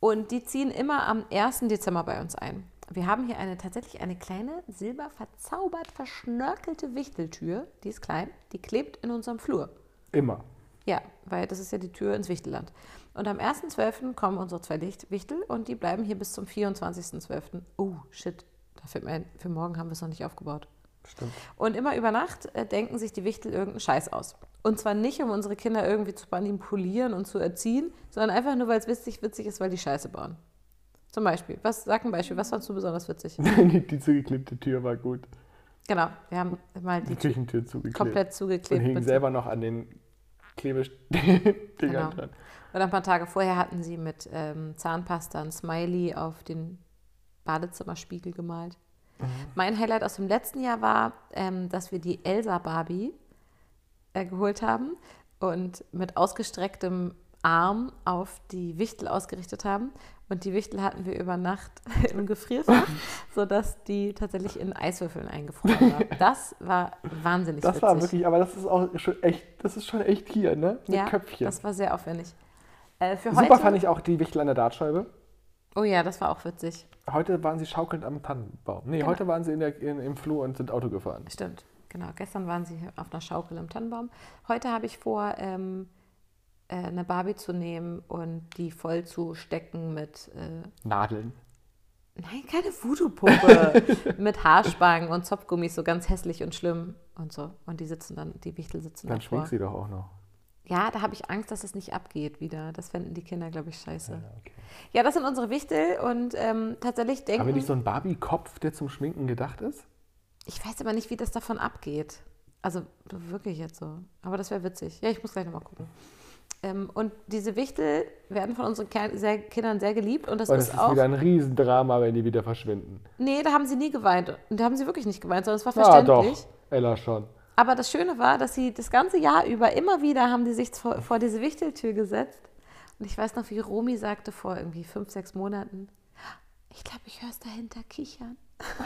Speaker 4: Und die ziehen immer am 1. Dezember bei uns ein. Wir haben hier eine, tatsächlich eine kleine, silberverzaubert verschnörkelte Wichteltür. Die ist klein, die klebt in unserem Flur.
Speaker 5: Immer.
Speaker 4: Ja, weil das ist ja die Tür ins Wichtelland. Und am 1.12. kommen unsere zwei Licht- Wichtel und die bleiben hier bis zum 24.12. Oh, shit. Da fällt mir ein, für morgen haben wir es noch nicht aufgebaut.
Speaker 5: Stimmt.
Speaker 4: Und immer über Nacht äh, denken sich die Wichtel irgendeinen Scheiß aus. Und zwar nicht, um unsere Kinder irgendwie zu manipulieren und zu erziehen, sondern einfach nur, weil es witzig, witzig ist, weil die Scheiße bauen. Zum Beispiel, was, sag ein Beispiel, was fandst du besonders witzig?
Speaker 5: die zugeklebte Tür war gut.
Speaker 4: Genau, wir haben mal die
Speaker 5: die Küchentür zugeklebt.
Speaker 4: komplett
Speaker 5: und
Speaker 4: zugeklebt.
Speaker 5: hingen
Speaker 4: mit-
Speaker 5: selber noch an den Klebedingern
Speaker 4: Genau.
Speaker 5: dran.
Speaker 4: Und ein paar Tage vorher hatten sie mit ähm, Zahnpasta ein Smiley auf den Badezimmerspiegel gemalt.
Speaker 5: Mhm.
Speaker 4: Mein Highlight aus dem letzten Jahr war, ähm, dass wir die Elsa Barbie äh, geholt haben und mit ausgestrecktem Arm auf die Wichtel ausgerichtet haben. Und die Wichtel hatten wir über Nacht im Gefrierfach, sodass die tatsächlich in Eiswürfeln eingefroren war. Das war wahnsinnig
Speaker 5: Das
Speaker 4: witzig.
Speaker 5: war wirklich, aber das ist auch schon echt, das ist schon echt hier, ne? Mit
Speaker 4: ja,
Speaker 5: Köpfchen.
Speaker 4: Das war sehr aufwendig. Äh, für
Speaker 5: Super
Speaker 4: heute,
Speaker 5: fand ich auch die Wichtel an der Dartscheibe.
Speaker 4: Oh ja, das war auch witzig.
Speaker 5: Heute waren sie schaukelnd am Tannenbaum. Nee,
Speaker 4: Genau.
Speaker 5: heute waren sie in der, in, im Flur und sind Auto gefahren.
Speaker 4: Stimmt, genau. Gestern waren sie auf einer Schaukel im Tannenbaum. Heute habe ich vor, ähm, äh, eine Barbie zu nehmen und die voll zu stecken mit, äh,
Speaker 5: Nadeln.
Speaker 4: nein, keine Voodoo-Puppe, mit Haarspangen und Zopfgummis, so ganz hässlich und schlimm und so. Und die sitzen dann, die Wichtel sitzen
Speaker 5: Dann
Speaker 4: davor.
Speaker 5: schwingt sie doch auch noch.
Speaker 4: Ja, da habe ich Angst, dass es nicht abgeht wieder. Das fänden die Kinder, glaube ich, scheiße. Ja,
Speaker 5: okay.
Speaker 4: das sind unsere Wichtel und ähm, tatsächlich
Speaker 5: Haben wir
Speaker 4: denken,
Speaker 5: nicht so einen Barbie-Kopf, der zum Schminken gedacht ist?
Speaker 4: ich weiß aber nicht, wie das davon abgeht. Also wirklich jetzt so. Aber das wäre witzig. Ja, ich muss gleich nochmal gucken. Ähm, und diese Wichtel werden von unseren Kern sehr, Kindern sehr geliebt und das
Speaker 5: Weil das
Speaker 4: ist,
Speaker 5: ist,
Speaker 4: auch.
Speaker 5: wieder ein Riesendrama, wenn die wieder verschwinden.
Speaker 4: Nee, da haben sie nie geweint. Und da haben sie wirklich nicht geweint, sondern es war
Speaker 5: Ja,
Speaker 4: verständlich.
Speaker 5: Ah, doch. Ella schon.
Speaker 4: Aber das Schöne war, dass sie das ganze Jahr über immer wieder haben die sich vor, vor diese Wichteltür gesetzt. Und ich weiß noch, wie Romi sagte vor irgendwie fünf, sechs Monaten, ich glaube, ich höre es dahinter kichern.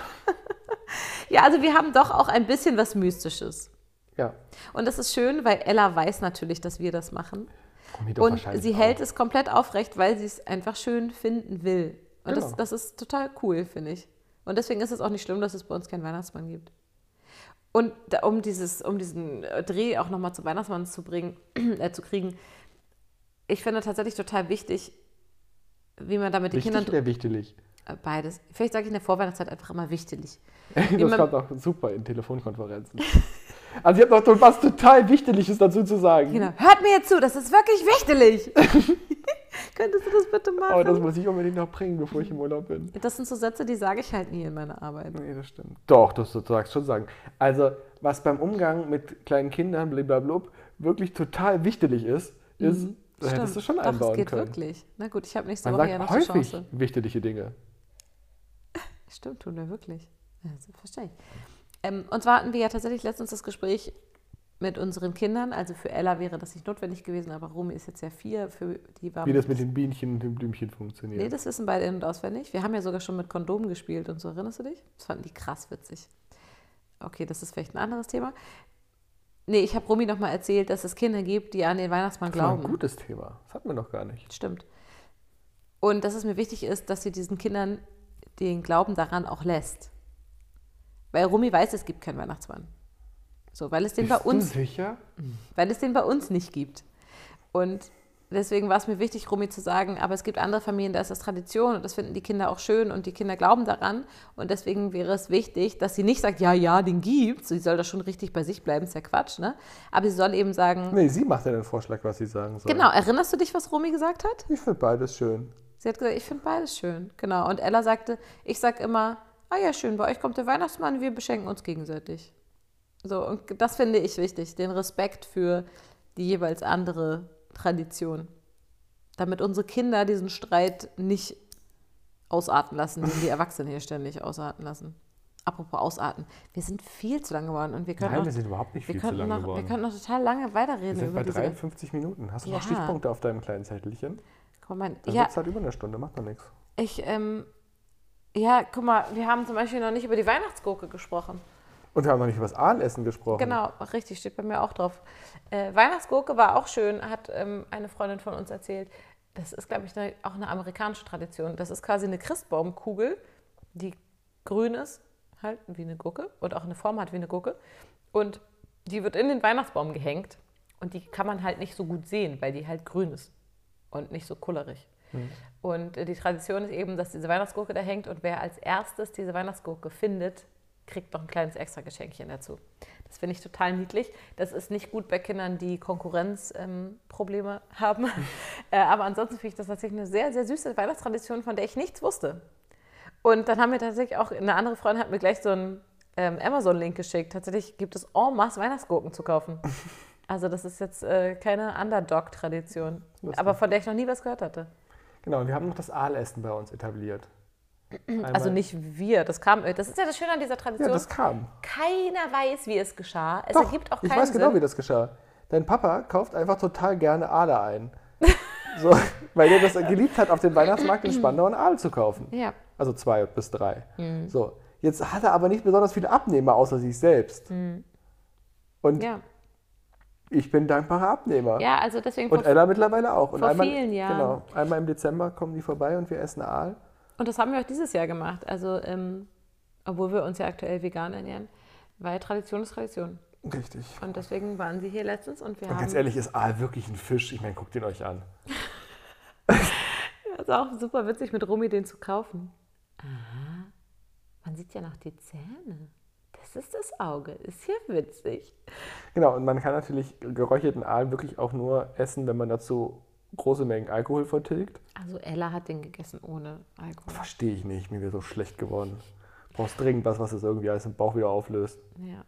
Speaker 4: ja, also wir haben doch auch ein bisschen was Mystisches.
Speaker 5: Ja.
Speaker 4: Und das ist schön, weil Ella weiß natürlich, dass wir das machen.
Speaker 5: Romy doch
Speaker 4: und
Speaker 5: wahrscheinlich
Speaker 4: sie
Speaker 5: auch.
Speaker 4: hält es komplett aufrecht, weil sie es einfach schön finden will. Und
Speaker 5: Genau.
Speaker 4: das, das ist total cool, finde ich. Und deswegen ist es auch nicht schlimm, dass es bei uns keinen Weihnachtsmann gibt. Und da, um, dieses, um diesen äh, Dreh auch nochmal zu Weihnachtsmann zu, bringen, äh, zu kriegen, ich finde tatsächlich total wichtig, wie man damit die
Speaker 5: Wichtig
Speaker 4: Kinder...
Speaker 5: oder wichtelig?
Speaker 4: Äh, Beides. Vielleicht sage ich in der Vorweihnachtszeit einfach immer wichtelig.
Speaker 5: Das
Speaker 4: man-
Speaker 5: kommt auch super in Telefonkonferenzen. Also ich habe noch was total Wichtiges dazu zu sagen.
Speaker 4: Genau. Hört mir jetzt zu, das ist wirklich wichtelig. Könntest du das bitte machen?
Speaker 5: Aber Oh, das muss ich unbedingt noch bringen, bevor ich im Urlaub bin.
Speaker 4: Das sind so Sätze, die sage ich halt nie in meiner Arbeit.
Speaker 5: Nee, das stimmt. Doch, das sollst schon sagen. Also, was beim Umgang mit kleinen Kindern, blablabla, wirklich total wichtig ist, ist, da hättest du schon
Speaker 4: Mhm. Doch, es
Speaker 5: einbauen
Speaker 4: geht
Speaker 5: können.
Speaker 4: wirklich. Na gut, ich habe nächste
Speaker 5: Man
Speaker 4: Woche ja
Speaker 5: sagt
Speaker 4: noch die
Speaker 5: häufig
Speaker 4: Chance.
Speaker 5: wichtige Dinge.
Speaker 4: Stimmt, tun wir wirklich. Ja, das verstehe ich. Ähm, und zwar hatten wir ja tatsächlich letztens das Gespräch mit unseren Kindern. Also für Ella wäre das nicht notwendig gewesen, aber Romy ist jetzt ja vier. Für die war
Speaker 5: Wie das mit den Bienchen und den Blümchen
Speaker 4: Nee,
Speaker 5: funktioniert.
Speaker 4: das wissen beide in- und auswendig. Wir haben ja sogar schon mit Kondomen gespielt und so, erinnerst du dich? Das fanden die krass witzig. Okay, das ist vielleicht ein anderes Thema. Nee, ich habe Romy nochmal erzählt, dass es Kinder gibt, die an den Weihnachtsmann
Speaker 5: das war ein
Speaker 4: glauben.
Speaker 5: gutes Thema. Das hatten wir noch gar nicht.
Speaker 4: Stimmt. Und dass es mir wichtig ist, dass sie diesen Kindern den Glauben daran auch lässt. Weil Romy weiß, es gibt keinen Weihnachtsmann. So, weil es den bei
Speaker 5: Bist
Speaker 4: uns
Speaker 5: du sicher?
Speaker 4: weil es den bei uns nicht gibt. Und deswegen war es mir wichtig, Romy zu sagen, aber es gibt andere Familien, da ist das Tradition und das finden die Kinder auch schön und die Kinder glauben daran. Und deswegen wäre es wichtig, dass sie nicht sagt, ja, ja, den gibt's. Sie soll da schon richtig bei sich bleiben, ist ja Quatsch, ne? Aber sie soll eben sagen,
Speaker 5: Nee, sie macht ja den Vorschlag, was sie sagen soll.
Speaker 4: Mhm. genau, erinnerst du dich, was Romy gesagt hat?
Speaker 5: Ich finde beides schön.
Speaker 4: Sie hat gesagt, ich finde beides schön. Genau. Und Ella sagte, ich sag immer, ah ja, schön, bei euch kommt der Weihnachtsmann, wir beschenken uns gegenseitig. So, und das finde ich wichtig, den Respekt für die jeweils andere Tradition. Damit unsere Kinder diesen Streit nicht ausarten lassen, den die Erwachsenen hier ständig ausarten lassen. Apropos ausarten, wir sind viel zu lang geworden und wir können
Speaker 5: Nein,
Speaker 4: noch,
Speaker 5: wir sind überhaupt nicht
Speaker 4: wir
Speaker 5: viel zu
Speaker 4: könnten
Speaker 5: lang
Speaker 4: noch, Wir
Speaker 5: geworden.
Speaker 4: könnten noch total lange weiterreden
Speaker 5: Wir sind
Speaker 4: über
Speaker 5: bei
Speaker 4: diese.
Speaker 5: 53 Minuten. Hast du noch
Speaker 4: Ja.
Speaker 5: Stichpunkte auf deinem kleinen Zettelchen?
Speaker 4: Guck mal,
Speaker 5: Dann
Speaker 4: ja,
Speaker 5: wird's halt über eine Stunde, macht noch nichts.
Speaker 4: Ich, ähm, ja, guck mal, wir haben zum Beispiel noch nicht über die Weihnachtsgurke gesprochen.
Speaker 5: Und wir haben noch nicht über das Aalessen gesprochen.
Speaker 4: Genau, richtig, steht bei mir auch drauf. Äh, Weihnachtsgurke war auch schön, hat ähm, eine Freundin von uns erzählt. Das ist, glaube ich, ne, auch eine amerikanische Tradition. Das ist quasi eine Christbaumkugel, die grün ist, halt wie eine Gurke und auch eine Form hat wie eine Gurke. Und die wird in den Weihnachtsbaum gehängt und die kann man halt nicht so gut sehen, weil die halt grün ist und nicht so kullerig. Und äh, die Tradition ist eben, dass diese Weihnachtsgurke da hängt und wer als erstes diese Weihnachtsgurke findet, kriegt noch ein kleines extra Geschenkchen dazu. Das finde ich total niedlich. Das ist nicht gut bei Kindern, die Konkurrenzprobleme ähm, Probleme haben. äh, aber ansonsten finde ich das tatsächlich eine sehr, sehr süße Weihnachtstradition, von der ich nichts wusste. Und dann haben wir tatsächlich auch, eine andere Freundin hat mir gleich so ein ähm, Amazon-Link geschickt. Tatsächlich gibt es en masse Weihnachtsgurken zu kaufen. Also das ist jetzt äh, keine Underdog-Tradition,
Speaker 5: Lustig.
Speaker 4: aber von der ich noch nie was gehört hatte.
Speaker 5: Genau, wir haben noch das Aalessen bei uns etabliert.
Speaker 4: Also
Speaker 5: Einmal-
Speaker 4: nicht wir, das kam, das ist ja das Schöne an dieser Tradition.
Speaker 5: Ja, das kam.
Speaker 4: Keiner weiß, wie es geschah. Es
Speaker 5: Doch,
Speaker 4: ergibt auch
Speaker 5: ich
Speaker 4: keinen
Speaker 5: weiß genau,
Speaker 4: Sinn.
Speaker 5: wie das geschah. Dein Papa kauft einfach total gerne Aale ein. so, weil er das geliebt hat, auf dem Weihnachtsmarkt in Spandau einen Aal zu kaufen.
Speaker 4: ja. Hm.
Speaker 5: Also zwei bis drei. So. Jetzt hat er aber nicht besonders viele Abnehmer außer sich selbst. Und
Speaker 4: Hm. Ja.
Speaker 5: ich bin dankbarer Abnehmer.
Speaker 4: ja, also deswegen
Speaker 5: Und Ella mittlerweile auch. Und
Speaker 4: vor
Speaker 5: einmal,
Speaker 4: vielen Jahren.
Speaker 5: Genau, einmal im Dezember kommen die vorbei und wir essen Aal.
Speaker 4: Und das haben wir auch dieses Jahr gemacht. Also, ähm, obwohl wir uns ja aktuell vegan ernähren, weil Tradition ist Tradition.
Speaker 5: Richtig.
Speaker 4: Und deswegen waren sie hier letztens und wir
Speaker 5: Und ganz
Speaker 4: haben
Speaker 5: ehrlich, ist Aal wirklich ein Fisch? Ich meine, guckt ihn euch an.
Speaker 4: es auch super witzig mit Rumi den zu kaufen. Aha. Man sieht ja noch die Zähne. Das ist das Auge. Ist hier witzig.
Speaker 5: Genau, und man kann natürlich geräucherten Aal wirklich auch nur essen, wenn man dazu große Mengen Alkohol vertilgt.
Speaker 4: Also Ella hat den gegessen ohne Alkohol.
Speaker 5: Verstehe ich nicht, mir wäre so schlecht geworden. Brauchst dringend was, was das irgendwie alles im Bauch wieder auflöst.
Speaker 4: Ja.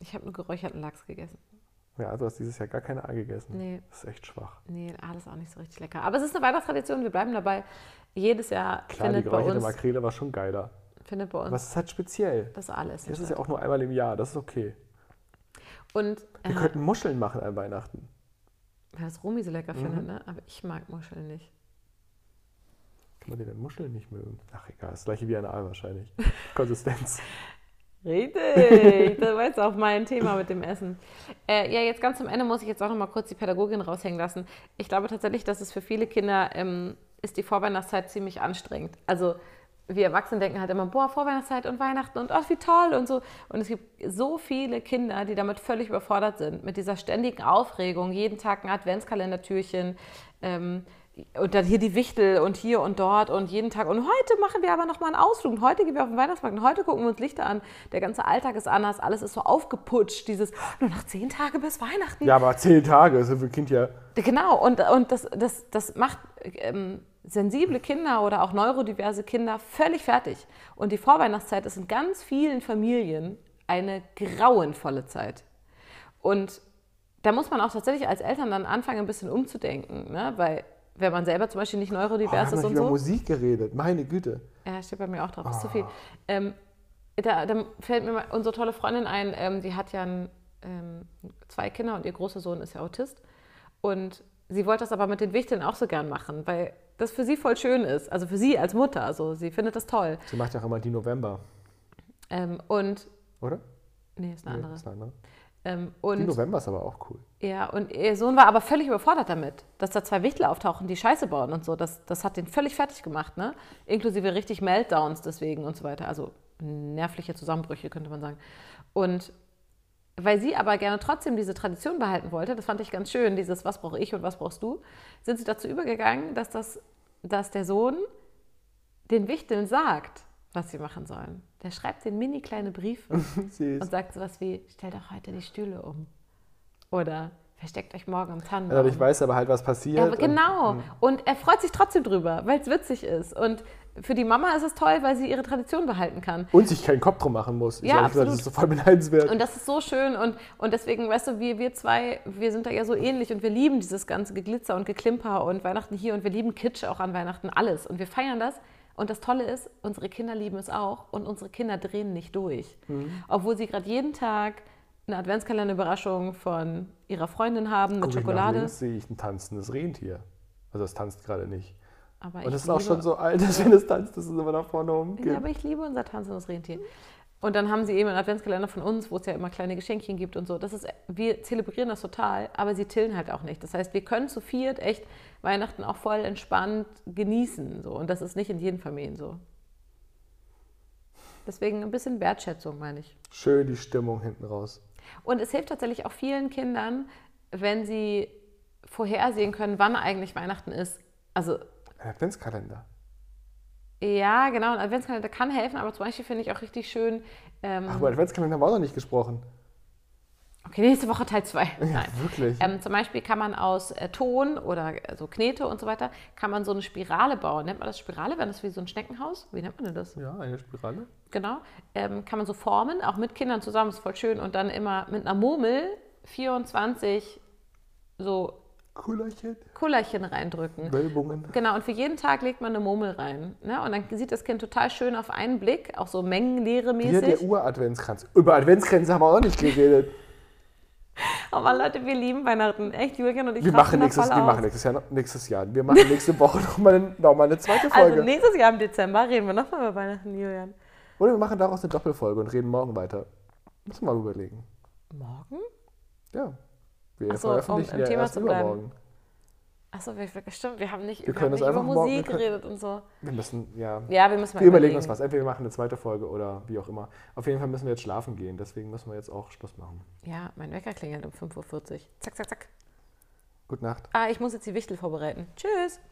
Speaker 4: Ich habe nur geräucherten Lachs gegessen.
Speaker 5: Ja, also hast dieses Jahr gar keine Aal gegessen.
Speaker 4: Nee.
Speaker 5: Das ist echt schwach.
Speaker 4: Nee, alles auch nicht so richtig lecker. Aber es ist eine Weihnachtstradition, wir bleiben dabei. Jedes Jahr
Speaker 5: Klar, die
Speaker 4: findet bei,
Speaker 5: geräucherte
Speaker 4: uns,
Speaker 5: Makrele war schon geiler.
Speaker 4: findet bei uns
Speaker 5: Was ist halt speziell?
Speaker 4: das alles.
Speaker 5: Das ist ja auch nur einmal im Jahr, das ist okay.
Speaker 4: Und äh,
Speaker 5: Wir könnten Muscheln machen an Weihnachten.
Speaker 4: Weil das Romi so
Speaker 5: Mhm.
Speaker 4: lecker findet, ne? Aber ich mag Muscheln nicht.
Speaker 5: Kann man denn Muscheln nicht mögen? Ach egal, das gleiche wie ein Aal wahrscheinlich. Konsistenz.
Speaker 4: Richtig, das war jetzt auch mein Thema mit dem Essen. Äh, ja, jetzt ganz zum Ende muss ich jetzt auch noch mal kurz die Pädagogin raushängen lassen. Ich glaube tatsächlich, dass es für viele Kinder ähm, ist die Vorweihnachtszeit ziemlich anstrengend. Also wir Erwachsenen denken halt immer, boah, Vorweihnachtszeit und Weihnachten und ach, wie toll und so. Und es gibt so viele Kinder, die damit völlig überfordert sind, mit dieser ständigen Aufregung, jeden Tag ein Adventskalendertürchen, ähm, und dann hier die Wichtel und hier und dort und jeden Tag. Und heute machen wir aber nochmal einen Ausflug. Und heute gehen wir auf den Weihnachtsmarkt und heute gucken wir uns Lichter an. Der ganze Alltag ist anders, alles ist so aufgeputscht. Dieses, nur noch zehn Tage bis Weihnachten.
Speaker 5: Ja, aber zehn Tage ist für ein Kind ja. Oh,
Speaker 4: Genau, und, und das, das, das macht ähm, sensible Kinder oder auch neurodiverse Kinder völlig fertig. Und die Vorweihnachtszeit ist in ganz vielen Familien eine grauenvolle Zeit. Und da muss man auch tatsächlich als Eltern dann anfangen, ein bisschen umzudenken, ne? weil wenn man selber zum Beispiel nicht
Speaker 5: Oh, wir
Speaker 4: neurodivers
Speaker 5: haben
Speaker 4: ist
Speaker 5: noch
Speaker 4: und
Speaker 5: über
Speaker 4: so.
Speaker 5: Musik geredet, meine Güte.
Speaker 4: Ja, steht bei mir auch drauf, ist zu viel. Ähm, da, da fällt mir mal unsere tolle Freundin ein, ähm, die hat ja ein, ähm, zwei Kinder und ihr großer Sohn ist ja Autist. Und sie wollte das aber mit den Wichteln auch so gern machen, weil das für sie voll schön ist. Also für sie als Mutter, also sie findet das toll.
Speaker 5: Sie macht ja auch immer die November,
Speaker 4: Ähm, und,
Speaker 5: oder?
Speaker 4: nee, ist eine
Speaker 5: Nee,
Speaker 4: andere.
Speaker 5: ist eine andere.
Speaker 4: Ähm,
Speaker 5: Die
Speaker 4: und,
Speaker 5: November ist aber auch cool.
Speaker 4: ja, und ihr Sohn war aber völlig überfordert damit, dass da zwei Wichtel auftauchen, die Scheiße bauen und so. Das, das hat den völlig fertig gemacht, ne? Inklusive richtig Meltdowns deswegen und so weiter. Also nervliche Zusammenbrüche, könnte man sagen. Und weil sie aber gerne trotzdem diese Tradition behalten wollte, das fand ich ganz schön, dieses Was brauche ich und was brauchst du, sind sie dazu übergegangen, dass, das, dass der Sohn den Wichteln sagt, was sie machen sollen. Der schreibt den mini kleine Briefe
Speaker 5: Süß.
Speaker 4: und sagt sowas wie, stellt doch heute die Stühle um. Oder versteckt euch morgen im Tannenbaum.
Speaker 5: Dadurch weiß Mhm. er aber halt, was passiert.
Speaker 4: ja,
Speaker 5: und-
Speaker 4: genau. Und er freut sich trotzdem drüber, weil es witzig ist. Und für die Mama ist es toll, weil sie ihre Tradition behalten kann.
Speaker 5: Und sich keinen Kopf drum machen muss. Ich
Speaker 4: Ja,
Speaker 5: ehrlich gesagt, das ist so voll beneidenswert.
Speaker 4: Und das ist so schön und, und deswegen, weißt du, wir, wir zwei, wir sind da ja so ähnlich und wir lieben dieses ganze Geglitzer und Geklimper und Weihnachten hier und wir lieben Kitsch auch an Weihnachten, alles. Und wir feiern das und das Tolle ist, unsere Kinder lieben es auch und unsere Kinder drehen nicht durch.
Speaker 5: Mhm.
Speaker 4: Obwohl sie gerade jeden Tag eine Adventskalenderüberraschung von ihrer Freundin haben mit
Speaker 5: Guck ich nach
Speaker 4: Schokolade.
Speaker 5: links, sehe ich ein tanzendes Rentier. Also es tanzt gerade nicht.
Speaker 4: Aber
Speaker 5: Und
Speaker 4: ich
Speaker 5: es ist auch
Speaker 4: liebe-
Speaker 5: schon so alt, dass wenn es tanzt, dass es immer nach vorne umgeht.
Speaker 4: Ja, aber ich liebe unser tanzendes Rentier. Und dann haben sie eben einen Adventskalender von uns, wo es ja immer kleine Geschenkchen gibt und so. Das ist, wir zelebrieren das total, aber sie tillen halt auch nicht. Das heißt, wir können zu viert echt Weihnachten auch voll entspannt genießen. So. Und das ist nicht in jedem Familien so. Deswegen ein bisschen Wertschätzung, meine ich.
Speaker 5: Schön die Stimmung hinten raus.
Speaker 4: Und es hilft tatsächlich auch vielen Kindern, wenn sie vorhersehen können, wann eigentlich Weihnachten ist. Also
Speaker 5: Ein Adventskalender.
Speaker 4: ja, genau, ein Adventskalender kann helfen, aber zum Beispiel finde ich auch richtig schön. Ähm,
Speaker 5: Ach, über Adventskalender haben wir auch noch nicht gesprochen.
Speaker 4: Okay, nächste Woche Teil 2. Nein.
Speaker 5: wirklich.
Speaker 4: Ähm, zum Beispiel kann man aus äh, Ton oder äh, so Knete und so weiter, kann man so eine Spirale bauen. Nennt man das Spirale? Wäre das wie so ein Schneckenhaus? Wie nennt man denn das?
Speaker 5: Ja, eine Spirale.
Speaker 4: Genau. Ähm, kann man so formen, auch mit Kindern zusammen, ist voll schön. Und dann immer mit einer Murmel 24 so
Speaker 5: Kullerchen.
Speaker 4: Kullerchen reindrücken.
Speaker 5: Wölbungen.
Speaker 4: Genau, und für jeden Tag legt man eine Murmel rein. Ne? Und dann sieht das Kind total schön auf einen Blick, auch so mengenleere
Speaker 5: Hier der
Speaker 4: mäßig.
Speaker 5: Ur-Adventskranz. Über Adventskränze haben wir auch nicht geredet.
Speaker 4: Oh Mann, Leute, wir lieben Weihnachten. Echt, Julian und ich
Speaker 5: Wir machen,
Speaker 4: rasten da
Speaker 5: nächstes,
Speaker 4: voll
Speaker 5: wir
Speaker 4: aus.
Speaker 5: machen nächstes Jahr nächstes Jahr. Wir machen nächste Woche nochmal eine, noch mal eine zweite Folge.
Speaker 4: Also nächstes Jahr im Dezember reden wir nochmal über Weihnachten, Julian.
Speaker 5: Oder wir machen daraus eine Doppelfolge und reden morgen weiter. Müssen wir mal überlegen.
Speaker 4: Morgen?
Speaker 5: Ja. Wir
Speaker 4: Ach so, um
Speaker 5: veröffentlichen
Speaker 4: im
Speaker 5: ja
Speaker 4: Thema
Speaker 5: erst
Speaker 4: zu bleiben.
Speaker 5: übermorgen.
Speaker 4: Achso, wir, wir- stimmt, wir haben nicht,
Speaker 5: Wir
Speaker 4: wir
Speaker 5: können
Speaker 4: haben
Speaker 5: das
Speaker 4: nicht über
Speaker 5: einfach morgen- wir
Speaker 4: Musik
Speaker 5: können-
Speaker 4: geredet und so.
Speaker 5: Wir müssen, ja.
Speaker 4: Ja, wir müssen mal
Speaker 5: Wir überlegen uns was. Entweder wir machen eine zweite Folge oder wie auch immer. Auf jeden Fall müssen wir jetzt schlafen gehen. Deswegen müssen wir jetzt auch Schluss machen.
Speaker 4: Ja, mein Wecker klingelt um 5.40 Uhr. Zack, zack, zack.
Speaker 5: Gute Nacht.
Speaker 4: Ah, ich muss jetzt die Wichtel vorbereiten. Tschüss.